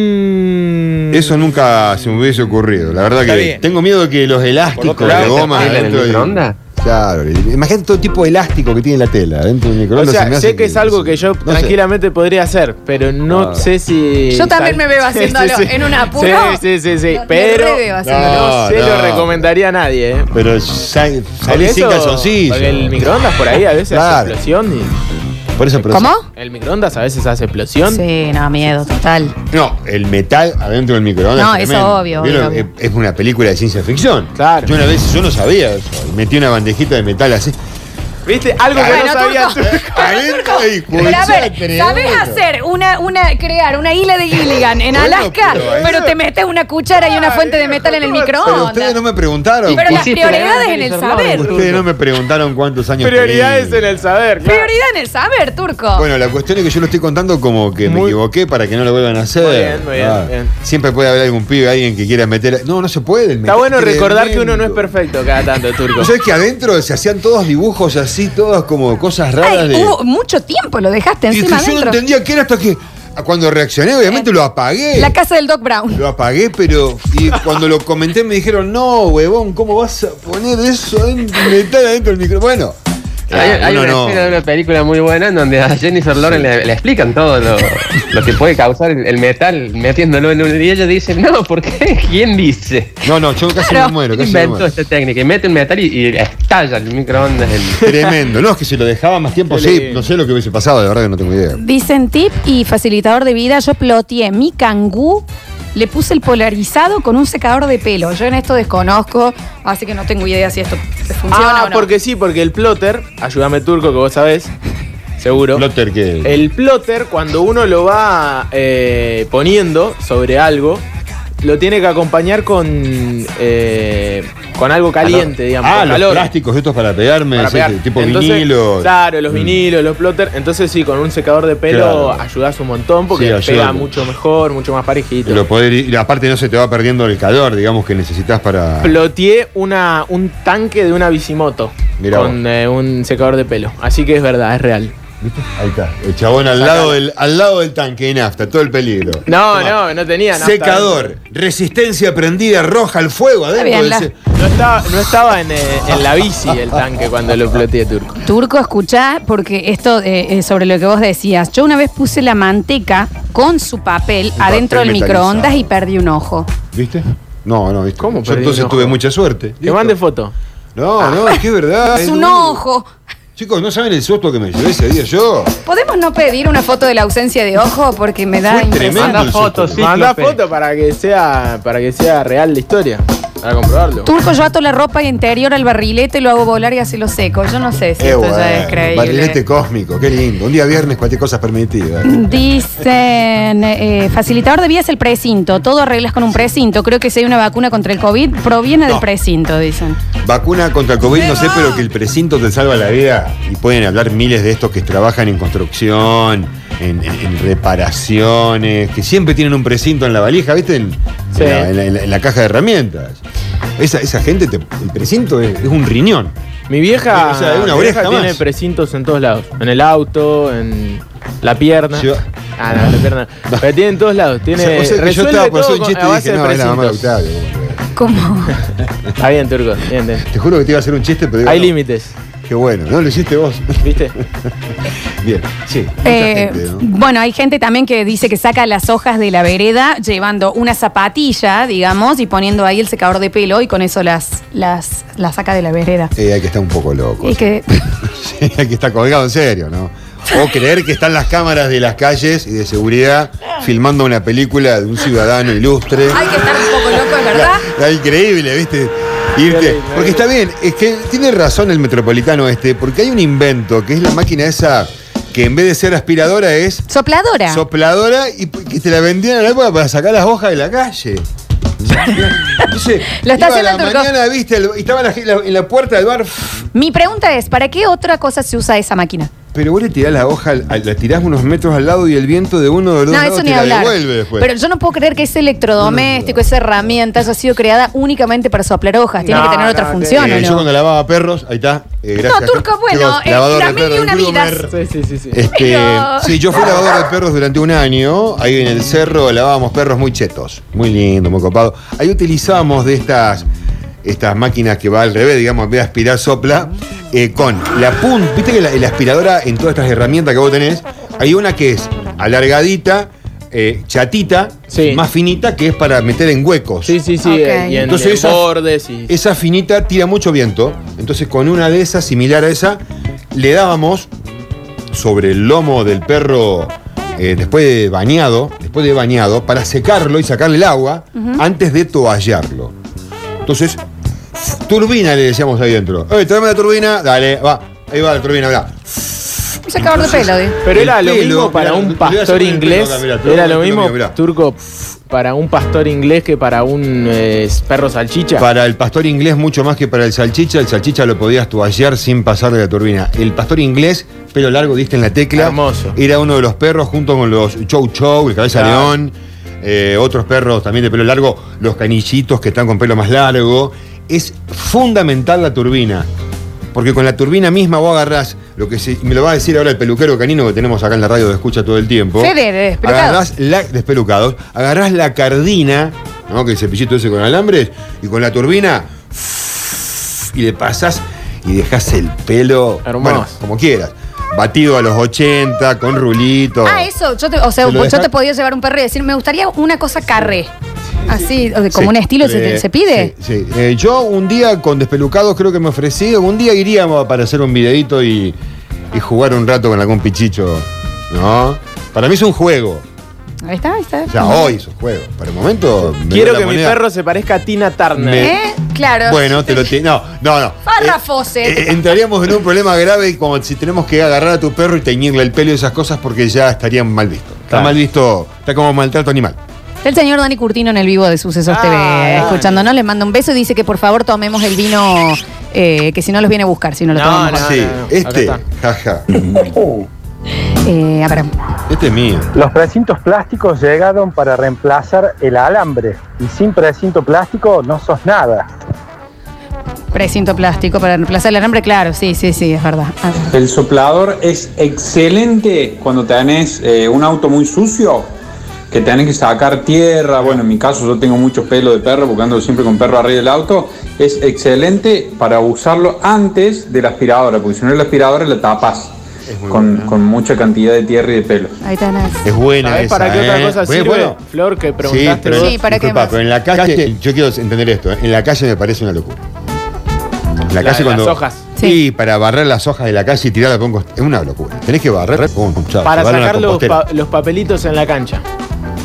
S4: Mm.
S3: Eso nunca se me hubiese ocurrido. La verdad
S6: Está
S3: que
S6: bien.
S3: tengo miedo que los elásticos,
S6: otro
S3: la
S6: lado,
S3: goma.
S6: ¿te pela en el
S3: adentro de-
S6: microondas?
S3: Claro, imagínate todo tipo de elástico que tiene la tela dentro del
S4: O
S3: microondas. se me
S4: sea,
S3: hace
S4: sé que es algo que yo tranquilamente podría hacer, pero no
S3: Ah.
S4: sé si.
S1: Yo también
S4: sal-
S1: me veo
S4: Sí,
S1: haciéndolo
S4: sí, sí.
S1: en un apuro.
S4: Sí, sí, sí, sí.
S1: No, me
S4: pero
S1: re veo haciéndolo.
S4: no, se
S3: No,
S4: lo
S3: no.
S4: recomendaría a nadie, ¿eh?
S3: Pero sal- salí
S4: Porque
S3: sin
S4: eso-
S3: calzoncillo.
S4: porque el microondas por ahí a veces hace
S3: Claro,
S4: explosión. y-
S3: por eso, pero-
S1: ¿Cómo?
S4: El microondas a veces hace explosión.
S1: Sí, no, miedo, total.
S3: No, el metal adentro del microondas.
S1: No,
S3: es
S1: eso
S3: tremendo.
S1: obvio,
S3: ¿Vieron?
S1: obvio.
S3: Es, es una película de ciencia ficción. Claro. Yo una vez, yo no sabía eso. Metí una bandejita de metal así.
S4: ¿Viste? Algo que
S3: Bueno,
S4: no sabía tú.
S3: Adentro y
S1: Pero a ver, ¿sabes hacer una, una, crear una isla de Gilligan en
S3: Bueno,
S1: Alaska,
S3: pero
S1: pero,
S3: eso-
S1: te metes una cuchara y una fuente de metal en el
S3: Pero
S1: microondas?
S3: ustedes no me preguntaron.
S1: Pero las prioridades en el saber.
S3: Ustedes no me preguntaron cuántos años
S4: Prioridades
S3: tenía.
S4: en el saber, claro.
S1: Prioridad en el saber, turco.
S3: Bueno, la cuestión es que yo lo estoy contando como que me equivoqué para que no lo vuelvan a hacer.
S4: Muy bien, muy bien,
S3: Ah,
S4: bien.
S3: Siempre puede haber algún pibe, alguien que quiera meter. No, no se puede.
S4: Está bueno recordar que uno no es perfecto cada tanto, turco.
S3: ¿Sabes que adentro se hacían todos dibujos así, todas como cosas
S1: Ay,
S3: raras de.
S1: hubo mucho tiempo, lo dejaste
S3: Y es
S1: encima
S3: que yo no
S1: adentro. Eh,
S3: entendía qué era hasta que. a- Cuando reaccioné, obviamente lo apagué.
S1: La casa del Doc Brown.
S3: Lo apagué, pero. Y cuando lo comenté me dijeron, no, huevón, ¿cómo vas a poner eso en metal adentro del micro? Bueno.
S6: Hay,
S3: ah,
S6: hay
S3: uno
S6: una
S3: no.
S6: escena de una película muy buena en donde a Jennifer Lawrence le, le explican todo lo, lo que puede causar el, el metal metiéndolo en un. Y ella dice: No, ¿por qué? ¿Quién dice?
S3: No, no, yo casi
S6: Claro.
S3: me muero,
S6: ¿Quién
S3: casi me
S6: inventó este
S3: muero.
S6: esta técnica? Y mete un metal y, y estalla el microondas. en-
S3: Tremendo. No, es que si lo dejaba más tiempo,
S6: Qué
S3: sí,
S6: lindo.
S3: no sé lo que hubiese pasado, de verdad que no tengo idea.
S1: Dicen tip y facilitador de vida, yo ploteé mi cangú, le puse el polarizado con un secador de pelo. Yo en esto desconozco, así que no tengo idea si esto funciona
S4: Ah,
S1: o no.
S4: porque sí, porque el plotter, ayúdame turco que vos sabés, seguro.
S3: ¿Plotter qué?
S4: El plotter, cuando uno lo va eh, poniendo sobre algo, lo tiene que acompañar con, eh, con algo caliente, digamos.
S3: Ah,
S4: con
S3: los
S4: calor,
S3: plásticos estos para pegarme,
S4: para
S3: sí,
S4: pegar.
S3: sí, tipo
S4: Entonces,
S3: vinilo. Mm.
S4: Claro, los vinilos, los plotter. Entonces sí, con un secador de pelo
S3: Claro.
S4: ayudás un montón
S3: Sí,
S4: porque
S3: ayuda.
S4: pega mucho mejor, mucho más parejito.
S3: Lo poder ir- y aparte no se te va perdiendo el calor, digamos, que necesitas para.
S4: Ploteé una, un tanque de una bicimoto
S3: Mirá
S4: con eh, un secador de pelo. Así que es verdad, es real.
S3: Ahí está. El chabón al lado, del, al lado del tanque de nafta, todo el peligro.
S4: No,
S3: Tomá.
S4: no, no tenía nafta.
S3: Secador, resistencia prendida roja al fuego adentro.
S1: bien,
S3: del
S1: la-
S3: se-
S4: No estaba, no estaba en, eh, en la bici el tanque cuando lo ploteé turco.
S1: Turco, escuchá, porque esto eh, eh, sobre lo que vos decías. Yo una vez puse la manteca con su papel
S3: Un
S1: adentro
S3: papel
S1: del
S3: metalizado.
S1: microondas y perdí un ojo.
S3: ¿Viste? No, no, ¿viste?
S4: ¿Cómo
S3: Yo
S4: perdí
S3: entonces
S4: un ojo?
S3: tuve mucha suerte.
S4: Que mande foto.
S3: No, no, es que es verdad.
S1: Ah, Es
S3: es
S1: un
S3: duro.
S1: ojo.
S3: Chicos, no saben el susto que me llevé ese día yo.
S1: ¿Podemos no pedir una foto de la ausencia de ojo? Porque me da
S3: Fue
S1: impresión.
S3: tremendo el susto.
S4: Manda foto para que sea para que sea real la historia. Para comprobarlo.
S1: Turco, yo ato la ropa interior al barrilete, lo hago volar y así lo seco. Yo no sé si
S3: Eh,
S1: esto
S3: bueno,
S1: ya es
S3: barrilete
S1: creíble.
S3: cósmico, qué lindo. Un día viernes cualquier cosa es permitida.
S1: Dicen, eh, facilitador de vías el precinto. Todo arreglas con un precinto. Creo que si hay una vacuna contra el COVID, proviene del
S3: No.
S1: precinto, dicen.
S3: Vacuna contra el COVID, no sé, pero que el precinto te salva la vida. Y pueden hablar miles de estos que trabajan en construcción, en, en- en reparaciones, que siempre tienen un precinto en la valija, ¿viste? En,
S4: Sí.
S3: en la, en la- en la- en la caja de herramientas. Esa, esa gente, te- el precinto es, es un riñón.
S4: Mi vieja,
S3: O sea, una
S4: mi
S3: oreja
S4: vieja
S3: más.
S4: tiene precintos en todos lados. En el auto, en la pierna.
S3: Yo-
S4: Ah, no, la pierna. no. Pero tiene en todos lados. Tiene,
S3: O sea, vos sabés que yo
S4: resuelve
S3: estaba por
S4: todo
S3: hacer un
S4: con-
S3: chiste
S4: a
S3: y
S4: base
S3: dije,
S4: de
S3: no, es la mamá de
S4: precintos.
S3: Octavio.
S1: ¿Cómo?
S4: Está bien, Turco. Bien, bien.
S3: Te juro que te iba a hacer un chiste, pero. digo,
S4: Hay
S3: no,
S4: límites,
S3: Qué bueno, ¿no? Lo hiciste vos.
S4: ¿viste?
S3: Bien, sí. mucha
S1: Eh,
S3: gente, ¿no?
S1: Bueno, hay gente también que dice que saca las hojas de la vereda llevando una zapatilla, digamos, y poniendo ahí el secador de pelo y con eso las, las, las saca de la vereda.
S3: Eh, hay que estar un poco loco.
S1: Y que
S3: Sí, hay que estar colgado en serio, ¿no? O creer que están las cámaras de las calles y de seguridad filmando una película de un ciudadano ilustre.
S1: hay que estar un poco loco, es verdad.
S3: Está increíble, ¿viste? Irte. Porque está bien, es que tiene razón el metropolitano este, porque hay un invento que es la máquina esa que en vez de ser aspiradora es
S1: Sopladora.
S3: sopladora y p- que te la vendían a la época para sacar las hojas de la calle. Entonces,
S1: Lo está
S3: iba a
S1: haciendo
S3: la
S1: el turco.
S3: mañana, viste, y estaba la- la- en la puerta del bar
S1: Mi pregunta es, ¿para qué otra cosa se usa esa máquina?
S3: Pero vos le tirás la hoja, al- al- la tirás unos metros al lado y el viento de uno de los
S1: No,
S3: dos
S1: eso
S3: lados
S1: ni
S3: te la
S1: hablar.
S3: devuelve después.
S1: Pero yo no puedo creer que ese electrodoméstico, esa herramienta, haya sido creada únicamente para soplar hojas. Tiene que tener otra función,
S3: Eh,
S1: ¿o
S3: Yo
S1: no?
S3: cuando lavaba perros, ahí está. eh, gracias.
S1: No, Turco,
S3: Yo,
S1: bueno, eh,
S3: lavador de
S1: también
S3: perros,
S1: di una vida.
S3: groomer.
S4: Sí, sí, sí.
S3: Este,
S1: Pero-
S3: Sí, yo fui lavador de perros durante un año. Ahí en el cerro lavábamos perros muy chetos. Muy lindo, muy copado. Ahí utilizábamos de estas, estas máquinas que va al revés, digamos, en vez de aspirar, sopla. eh, con la punta, viste que la, la aspiradora en todas estas herramientas que vos tenés, hay una que es alargadita, eh, chatita, más finita, que es para meter en huecos. Sí,
S4: sí, sí, eh, y en- en bordes y-
S3: esa finita tira mucho viento. Entonces, con una de esas, similar a esa, le dábamos sobre el lomo del perro eh, después de bañado, después de bañado, para secarlo y sacarle el agua
S14: Ujú.
S3: antes de toallarlo. Entonces, turbina le decíamos ahí dentro. ¡Ey, tráeme la turbina! Dale, va. Ahí va la turbina, mirá.
S1: Es acabar de pelo, ¿eh?
S4: Pero era
S3: El
S4: lo
S3: pelo,
S4: mismo para
S3: mirá,
S4: un
S3: le voy a hacer
S4: pastor
S3: el pelo
S4: inglés.
S3: acá, mirá, te voy a poner
S4: Era lo
S3: el pelo
S4: mismo
S3: mío, mirá.
S4: turco para un pastor inglés que para un eh, perro salchicha.
S3: Para el pastor inglés mucho más que para el salchicha. El salchicha lo podías toallar sin pasarle la turbina. El pastor inglés, pelo largo, diste en la tecla.
S4: Hermoso.
S3: Era uno de los perros junto con los Chow Chow, el cabeza
S4: Claro.
S3: león. eh, otros perros también de pelo largo, los canillitos que están con pelo más largo. Es fundamental la turbina. Porque con la turbina misma vos agarrás lo que se- me lo va a decir ahora el peluquero canino que tenemos acá en la radio de escucha todo el tiempo.
S1: Fede, de despelucados.
S3: Agarrás la, despelucados, agarrás la cardina, ¿no? Que el cepillito ese con alambres, y con la turbina y le pasás y dejas el pelo bueno, como quieras. Batido a los 80, con rulito.
S1: Ah, eso. Yo te, o sea,
S3: ¿Te lo
S1: yo
S3: dejas?
S1: te podía llevar un perro y decir, me gustaría una cosa carré. Así, o de- como
S3: Sí.
S1: un estilo se,
S3: Eh,
S1: se pide.
S3: Sí, sí. Eh, yo un día con despelucados creo que me ofrecí, un día iríamos para hacer un videito y, y jugar un rato con algún pichicho. ¿No? Para mí es un juego.
S1: Ahí está, ahí está.
S3: O sea, hoy es un juego. Para el momento. me
S4: Quiero
S3: dio la
S4: que mi
S3: moneda.
S4: perro se parezca a Tina Turner.
S3: Me-
S1: ¿Eh? Claro.
S3: Bueno, te lo ti- No, no, no.
S1: Farra Fawcett.
S3: Eh, entraríamos en un problema grave como si tenemos que agarrar a tu perro y teñirle el pelo y esas cosas porque ya estarían mal visto. Está mal visto, está como maltrato animal.
S1: Está el señor Dani Curtino en el vivo de Sucesos
S3: Ah,
S1: TV,
S3: Dani.
S1: escuchándonos, le manda un beso y dice que por favor tomemos el vino, eh, que si no los viene a buscar, si no lo tomamos.
S3: sí, este, jaja.
S1: Eh, a ver.
S3: Este es mío.
S15: Los precintos plásticos llegaron para reemplazar el alambre y sin precinto plástico no sos nada.
S1: Precinto plástico para reemplazar el alambre, claro, sí, sí, sí, es verdad. Ah,
S7: El soplador es excelente cuando tenés eh, un auto muy sucio, que tenés que sacar tierra. Bueno, en mi caso yo tengo mucho pelo de perro porque ando siempre con perro arriba del auto. Es excelente para usarlo antes de la aspiradora, porque si no la aspiradora la tapas con, con mucha cantidad de tierra y de pelo.
S1: ahí está Nancy.
S3: Es buena
S4: ¿Sabés
S3: esa,
S4: para qué otra
S3: ¿eh?
S4: cosa
S3: Pues,
S4: sirve?
S3: bueno.
S4: Flor, que
S3: Sí,
S4: preguntaste
S3: pero,
S4: vos.
S1: Sí, ¿para qué
S3: disculpa,
S1: más?
S3: pero en la calle,
S4: Calle.
S3: yo quiero entender esto, ¿eh? en la calle me parece una locura. En
S4: La
S3: la
S4: de
S3: calle
S4: las
S3: cuando.
S4: hojas.
S3: Sí. para barrer las hojas de la calle y tirarlas con cost- Es una locura. Tenés que barrer con un chavo,
S4: Para
S3: llevarlo a la
S4: sacar los,
S3: compostera.
S4: pa- los papelitos en la cancha.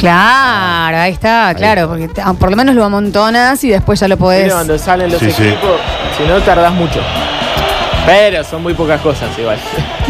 S1: Claro, ahí está, claro, porque te- ah, por lo menos lo amontonas y después ya lo podés.
S4: Mira, cuando salen los
S3: Sí, sí.
S4: equipos, si no tardás mucho. Pero son muy pocas cosas igual.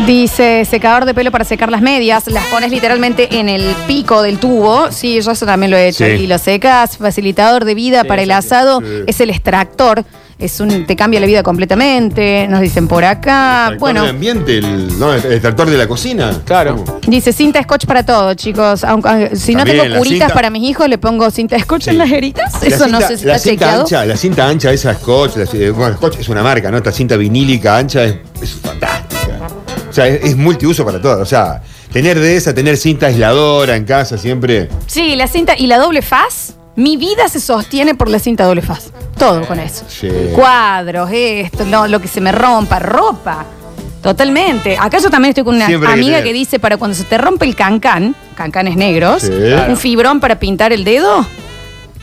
S1: Dice secador de pelo para secar las medias, las pones literalmente en el pico del tubo, sí, yo eso también lo he hecho,
S16: Sí.
S1: y lo secas, facilitador de vida para el asado, es el extractor, es un, te cambia la vida completamente, nos dicen por acá,
S3: El
S1: Ah, bueno.
S3: del ambiente, el, no, el extractor de la cocina. Claro.
S1: Dice cinta scotch para todo, chicos. Aunque, aunque- si
S3: También,
S1: no tengo
S3: la
S1: curitas
S3: cinta-
S1: para mis hijos, le pongo cinta scotch en las heritas.
S3: La
S1: Eso
S3: cinta-
S1: no sé si
S3: la
S1: está
S3: cinta
S1: chequeado.
S3: Ancha, la cinta ancha, esa Scotch, la, eh, bueno, Scotch es una marca, ¿no? Esta cinta vinílica ancha es, es fantástica. O sea, es, es multiuso para todo. O sea, tener de esa, tener cinta aisladora en casa siempre.
S1: Sí, la cinta y la doble faz. Mi vida se sostiene por la cinta doble faz. Todo con eso.
S3: Sí.
S1: Cuadros, esto, lo, lo que se me rompa, ropa. Totalmente. Acá yo también estoy con una
S16: Siempre hay que
S1: amiga que,
S16: tener.
S1: dice para cuando se te rompe el cancán, cancanes negros,
S16: Sí. Claro.
S1: un fibrón para pintar el dedo.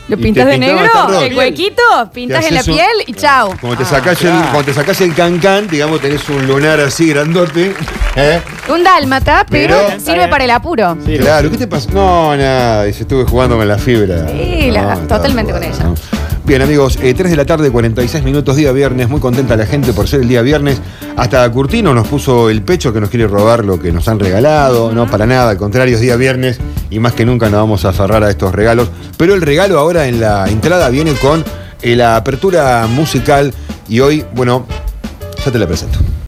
S1: ¿Lo
S3: Y
S1: pintas
S3: te
S1: de
S3: pintaba
S1: negro?
S3: todo.
S1: El
S3: Piel.
S1: huequito, pintas en la
S3: haces un-
S1: piel y chao.
S3: Cuando te, sacás el, cuando te sacás el cancán, digamos, tenés un lunar así grandote. ¿eh?
S1: Un dálmata, pero,
S3: Pero- Está
S1: sirve
S3: bien.
S1: para el apuro. Sí,
S3: Claro, ¿qué te pasa? No, nada, dice, estuve jugando con la fibra.
S1: la-
S3: No, está
S1: totalmente con ella.
S3: Bien, amigos, 3 de la tarde, 46 minutos, día viernes. Muy contenta la gente por ser el día viernes. Hasta Curtino nos puso el pecho que nos quiere robar lo que nos han regalado. No, para nada, al contrario, es día viernes y más que nunca nos vamos a aferrar a estos regalos. Pero el regalo ahora en la entrada viene con eh, la apertura musical y hoy, bueno, ya te la presento.